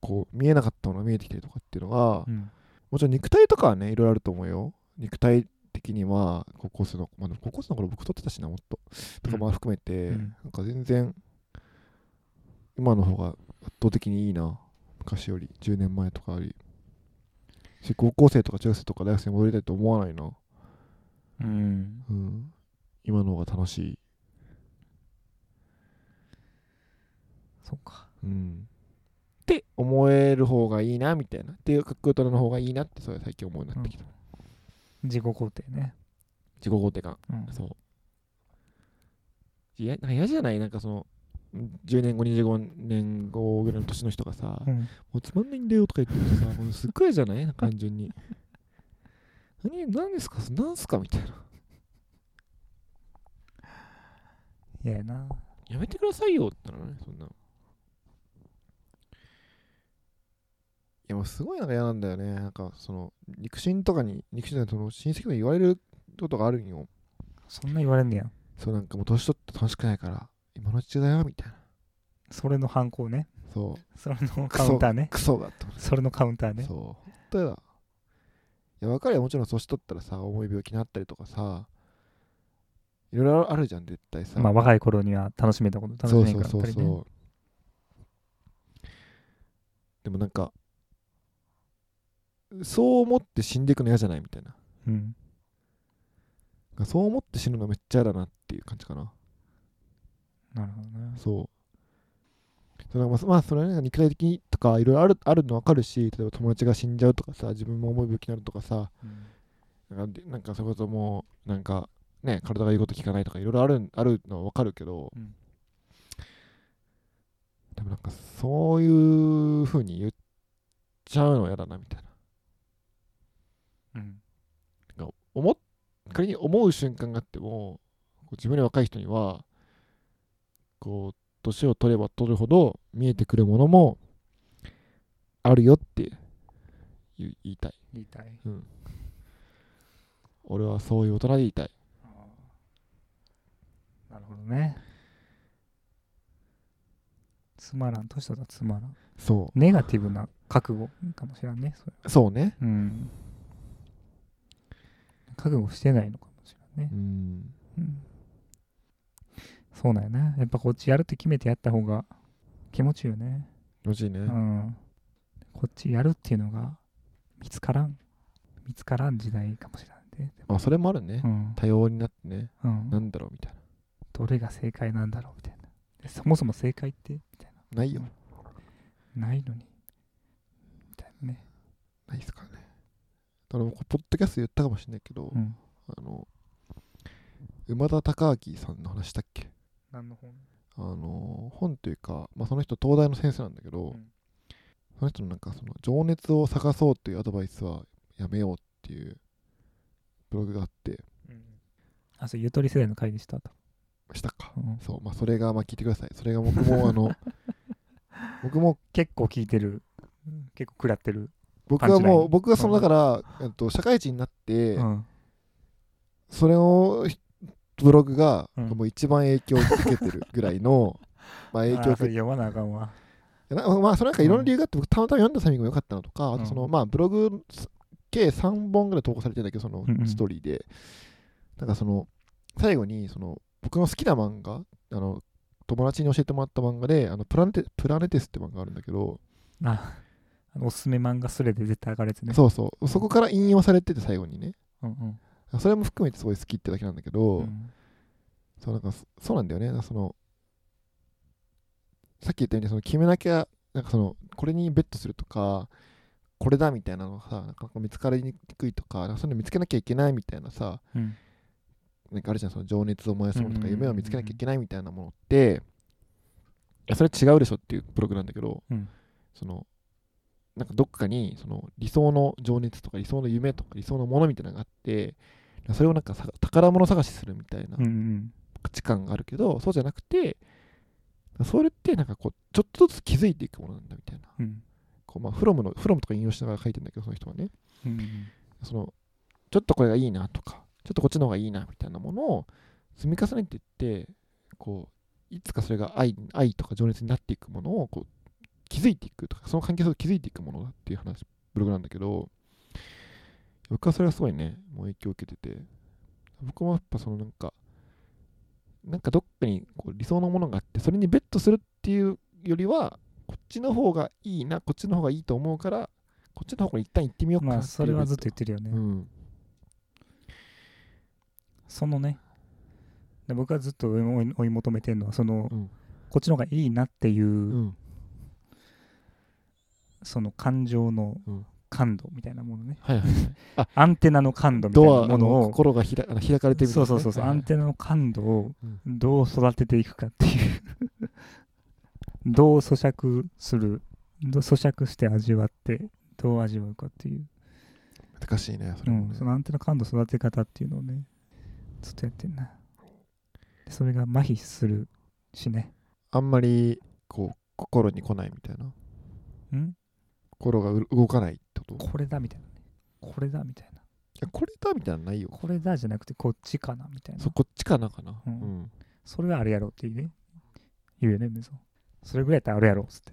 S2: こう見えなかったものが見えてきたりとかっていうのが、
S1: うん
S2: もちろん肉体とかはねいろいろあると思うよ肉体的には高校生のまあでも高校生の頃僕取ってたしなもっととかまあ含めて、
S1: うん
S2: なんか全然今の方が圧倒的にいいな昔より10年前とかよりし高校生とか中学生とか大学生に戻りたいと思わないな、
S1: うん。
S2: うん、今の方が楽しい、
S1: そっか。
S2: うん、って思える方がいいなみたいなっていうかっこよたの方がいいなってそれ最近思うようになってきた、
S1: 自己肯定ね。
S3: 自己肯定感。
S1: うん
S3: そう。いや、なんか嫌じゃないなんかその、10年後、25年後ぐらいの年の人がさ、も
S1: うん
S3: うつまんないんだよとか言ってるとさ、もうすっごい嫌じゃない なんか単純に。何、何ですか何すかみたいな。
S1: いややな。
S3: やめてくださいよってならね、そんな。
S2: いやもうすごいなんか嫌なんだよね。なんかその肉親とかに、肉親じゃないその親戚とかに言われることがあるんよ。
S1: そんな言われんねや。
S2: そうなんかもう年取って楽しくないから、今のうちだよみたいな。
S1: それの反抗ね。
S2: そう。
S1: それのカウンターね。
S2: クソがと思っ
S1: それのカウンター
S2: て。
S1: ね。
S2: そう。本当やだ。いや、分かるよ。もちろん年取ったらさ、重い病気になったりとかさ、いろいろあるじゃん、絶対さ。
S1: まあ若い頃には楽しめたこと楽
S2: そ
S1: し
S2: う
S1: めん
S2: そ
S1: か
S2: う
S1: ら
S2: そうそう、でもなんか、そう思って死んでいくの嫌じゃないみたいな。
S1: うん。
S2: そう思って死ぬのめっちゃ嫌だなっていう感じかな。
S1: なるほどね。
S2: そう。それはまあ、まあ、それはね肉体的にとかいろいろあるあるの分かるし、例えば友達が死んじゃうとかさ、自分も重い病気になるとかさ、なんかでなんかそういうことも、なんかね、体が言うこと聞かないとかいろいろあるあるのは分かるけど、
S1: うん
S2: でもなんかそういうふうに言っちゃうの嫌だなみたいな。
S1: うん。
S2: なんか思っ仮に思う瞬間があってもこう自分より若い人にはこう年を取れば取るほど見えてくるものもあるよって言う言いたい
S1: 言いたい。
S2: 俺はそういう大人で言いたい
S1: なるほどね。つまらん。年取ったらつまらん。
S2: そ
S1: ネガティブな覚悟かもしれんね。それ
S2: うそうね
S1: うん。覚悟してないのかもしれんね
S2: う。ん
S1: うん。そうなんやな。やっぱこっちやるって決めてやった方が気持ちいいよね。
S2: 欲しいね、
S1: うん。こっちやるっていうのが見つからん。見つからん時代かもしれんね。
S2: あそれもあるね、
S1: うん。
S2: 多様になってね
S1: うん
S2: な。んだろうみたい
S1: どれが正解なんだろうみたいな。でそもそも正解ってみたい
S2: なないよ
S1: な。ないのに。みたいなね。
S2: ないですからねだから僕ポッドキャストで言ったかもしれないけど、
S1: うん。
S2: あの馬田孝明さんの話したっけ
S1: 何の本
S2: あの本というか、まあ、その人東大の先生なんだけど、
S1: うん
S2: その人のなんかその情熱を探そうというアドバイスはやめようっていうブログがあって
S1: あ、そう、ゆとり世代の会でしたと。
S2: したか、
S1: うん
S2: そうまあそれがまあ聞いてくださいそれが僕も あの僕も
S1: 結構聞いてる。うん結構食らってる。
S2: 僕
S1: パン
S2: は
S1: チライ
S2: もう
S1: ン
S2: 僕はそのだから、えっと、社会人になって、
S1: うん。
S2: それをひブログが
S1: うん
S2: もう一番影響を受けてるぐら いのまあ
S1: 影
S2: 影響を
S1: 響
S2: 受け
S1: 読まなあかんわ。
S2: なまあそれなんかいろんな理由があって僕たまたま読んだタイミングが良かったのとかあとその
S1: うん
S2: まあブログ計3本ぐらい投稿されてるんだけどその
S1: うんうん
S2: ストーリーでなんかその最後にその僕の好きな漫画あの友達に教えてもらった漫画であのプラネテプラネテスって漫画あるんだけど
S1: ああのおすすめ漫画スレで絶対上がるやつね。
S2: そうそうそこから引用されてて最後にね
S1: うんうん
S2: それも含めてすごい好きってだけなんだけど、
S1: うん
S2: そうなんかそそうなんだよね。なんかそのさっき言ったようにその決めなきゃなんかそのこれにベットするとかこれだみたいなのがさなんかこう見つかりにくいとかなんかそういうの見つけなきゃいけないみたいなさ
S1: うん
S2: なんかあるじゃんその情熱を燃やすものとか
S1: うんうんうんうん
S2: 夢を見つけなきゃいけないみたいなものって、いやそれ違うでしょっていうブログなんだけど、
S1: うん
S2: そのなんかどっかにその理想の情熱とか理想の夢とか理想のものみたいなのがあってそれをなんかさ宝物探しするみたいな
S1: うんうん
S2: 価値観があるけどそうじゃなくてそれってなんかこうちょっとずつ気づいていくものなんだみたいな
S1: うん
S2: こうまあフロムのフロムとか引用しながら書いてんだけどその人はね
S1: うん
S2: そのちょっとこれがいいなとかちょっとこっちの方がいいなみたいなものを積み重ねていってこういつかそれが愛愛とか情熱になっていくものをこう気づいていくとかその関係性を気づいていくものだっていう話ブログなんだけど僕はそれはすごいねもう影響を受けてて僕もやっぱそのなんかなんかどっかにこう理想のものがあってそれにベットするっていうよりはこっちの方がいいなこっちの方がいいと思うからこっちの方が一旦行ってみようかな
S1: まあ
S2: っていう
S1: それはずっと
S2: ベ
S1: 言ってるよね。
S2: ッドうん
S1: そのねで僕はずっと追い追い求めてるのはその、
S2: うん
S1: こっちの方がいいなっていう、
S2: うん
S1: その感情の
S2: うん
S1: 感度みたいなものね
S3: はいはいはい。
S1: アンテナの感度みたい
S2: ド
S1: な
S2: ア
S1: も
S2: の
S1: のを
S2: 心がひらあの開かれてるみた
S1: そ
S2: いうな
S1: そ
S2: ね
S1: うそうそう、
S2: は
S1: ア
S2: いはい
S1: ンテナの感度を
S2: うん
S1: どう育てていくかっていう どう咀嚼するどう咀嚼して味わってどう味わうかっていう、
S2: 難しいねそれ
S1: う
S2: も
S1: ん、
S2: ね
S1: そのアンテナ感度育て方っていうのをねずっとやってんなでそれが麻痺するしね
S2: あんまりこう心に来ないみたいなん心がう動かないってことい
S1: これだみたいなねこれだみたいな
S2: やこれだみたいなのないよ
S1: これだじゃなくてこっちかなみたいな
S2: そうこっちかなかな
S1: う
S2: うんん
S1: それはあれやろっていうね言うよねみぞそれぐらいやったらあれやろっつって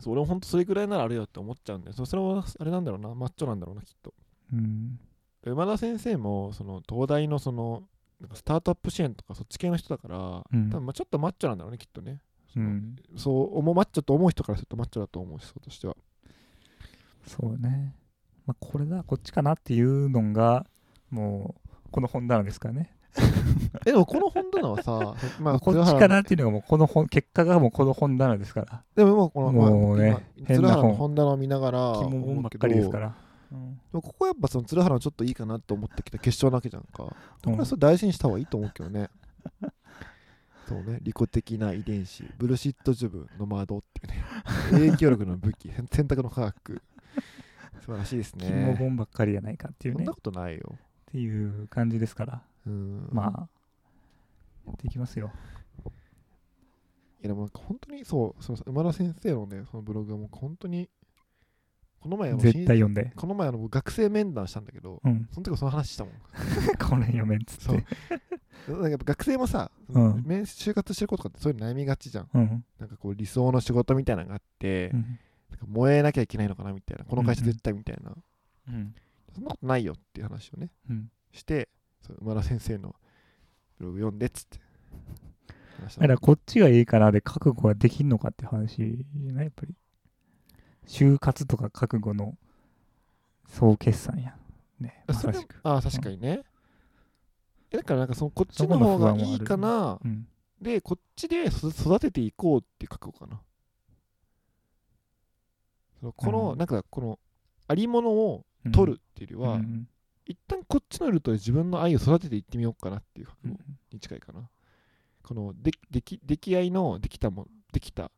S3: そう俺も本当それぐらいならあれよって思っちゃうんだよ。そそれはあれなんだろうな、マッチョなんだろうな、きっと。
S1: うん
S3: 馬田先生も、その東大のその、なんかスタートアップ支援とかそっち系の人だから、
S1: うん
S3: 多分まあちょっとマッチョなんだろうね、きっとね。そうの
S1: ん
S2: そう思うマッチョと思う人からするとマッチョだと思う人としては
S1: そうね、まあ、これだこっちかなっていうのがもうこの本棚ですからね
S2: えでもこの本棚はさ まあ
S1: こっ
S2: 鶴
S1: ち
S2: 原
S1: かなっていうのがもうこの本結果がもうこの本棚ですから
S2: でももうこの
S1: もうね
S2: まあ今
S1: 変
S2: 鶴
S1: な
S2: 原の
S1: 本
S2: 本棚を見ながら
S1: 肝もんばっかりですから、うん
S2: でもここはやっぱその鶴原のちょっといいかなと思ってきた結晶なわけじゃんか
S1: う
S2: これはそれ大事にした方がいいと思うけどね。そうね、利己的な遺伝子、ブルシットジュブ、ノマドっていうね、影響力の武器、 選選択の科学。素晴らしいです
S1: ん肝も
S2: ね。
S1: んばっかりじゃないかっていう
S2: そ
S1: ね
S2: んな
S1: っ
S2: ことないよ。
S1: ていう感じですから
S2: うん。あ。
S1: まあやっていきますよ
S2: いやでもなんか本当にそう、その馬田先生のね、そのブログはもう本当に、この前あの
S1: 絶対読んで
S2: この前あの僕学生面談したんだけど、
S1: うん
S2: その時はその話したもん。
S1: これ読めんっつ
S2: そ
S1: っ
S2: う
S1: て。
S2: なんかやっぱ学生もさ、
S1: うん
S2: 面就活してる子とかってそういうの悩みがちじゃん。
S1: うん
S2: なんかこう理想の仕事みたいなのがあって、
S1: うん
S2: なんか燃えなきゃいけないのかなみたいなこの会社絶対みたいな、
S1: うん
S2: そんなことないよっていう話をね
S1: うん
S2: してそう馬田先生のブログ読んでっつって話し
S1: だか
S2: たの
S1: らこっちがいいからで覚悟ができんのかって話やなやっぱり就活とか覚悟の総決算やねま
S2: そ
S1: さ
S2: れ
S1: しく、
S2: ああ確かにね、えだからなんかそのこっち
S1: そこの
S2: の方
S1: 不安はあ
S2: が
S1: る
S2: いいかな
S1: うん、
S2: でこっちでそ育てていこうって覚悟かなそのこの、
S1: うん
S2: なんかこのありものを
S1: うん
S2: 取るっていうよりは、
S1: うんうん
S2: 一旦こっちのルートで自分の愛を育てていってみようかなっていう覚
S1: う
S2: 悟、
S1: ん
S2: に近いかな。このででき出来合いのできたもんできた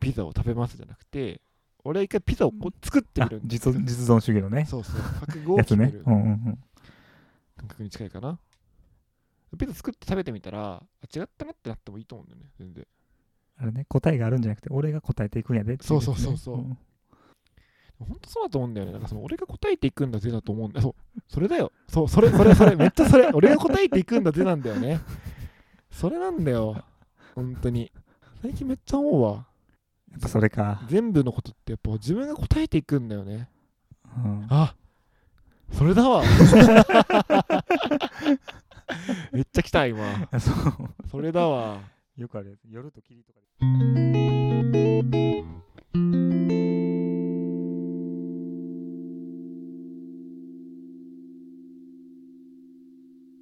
S2: ピザを食べますじゃなくて、俺は一回ピザをこう作ってみ
S1: あ
S2: るんだ
S1: 実存実存主義のね
S2: そう そう、覚悟を
S1: や
S2: 決
S1: つ
S2: め
S1: ね
S2: る
S1: うんうんうん
S2: 感覚に近いかな。ピザ作って食べてみたら、あ違ったなってなってもいいと思うんだよね、全然。
S1: あれね答えがあるんじゃなくて俺が答えていくんやでっていね
S2: そうそうそうそうん本当そうだと思うんだよね。なんかその俺が答えていくんだぜだと思うんだ。そう、それだよ。そう、それ、それ、それ、めっちゃ それ、俺が答えていくんだぜなんだよね。それなんだよ。本当に。最近めっちゃ思うわ。
S1: やっぱそれか。
S2: 全部のことってやっぱ自分が答えていくんだよね。
S1: うん、
S2: あそれだわ。めっちゃ来た、今。
S1: あそう。
S2: それだわ。
S1: よくあるやつ。夜と霧とかで。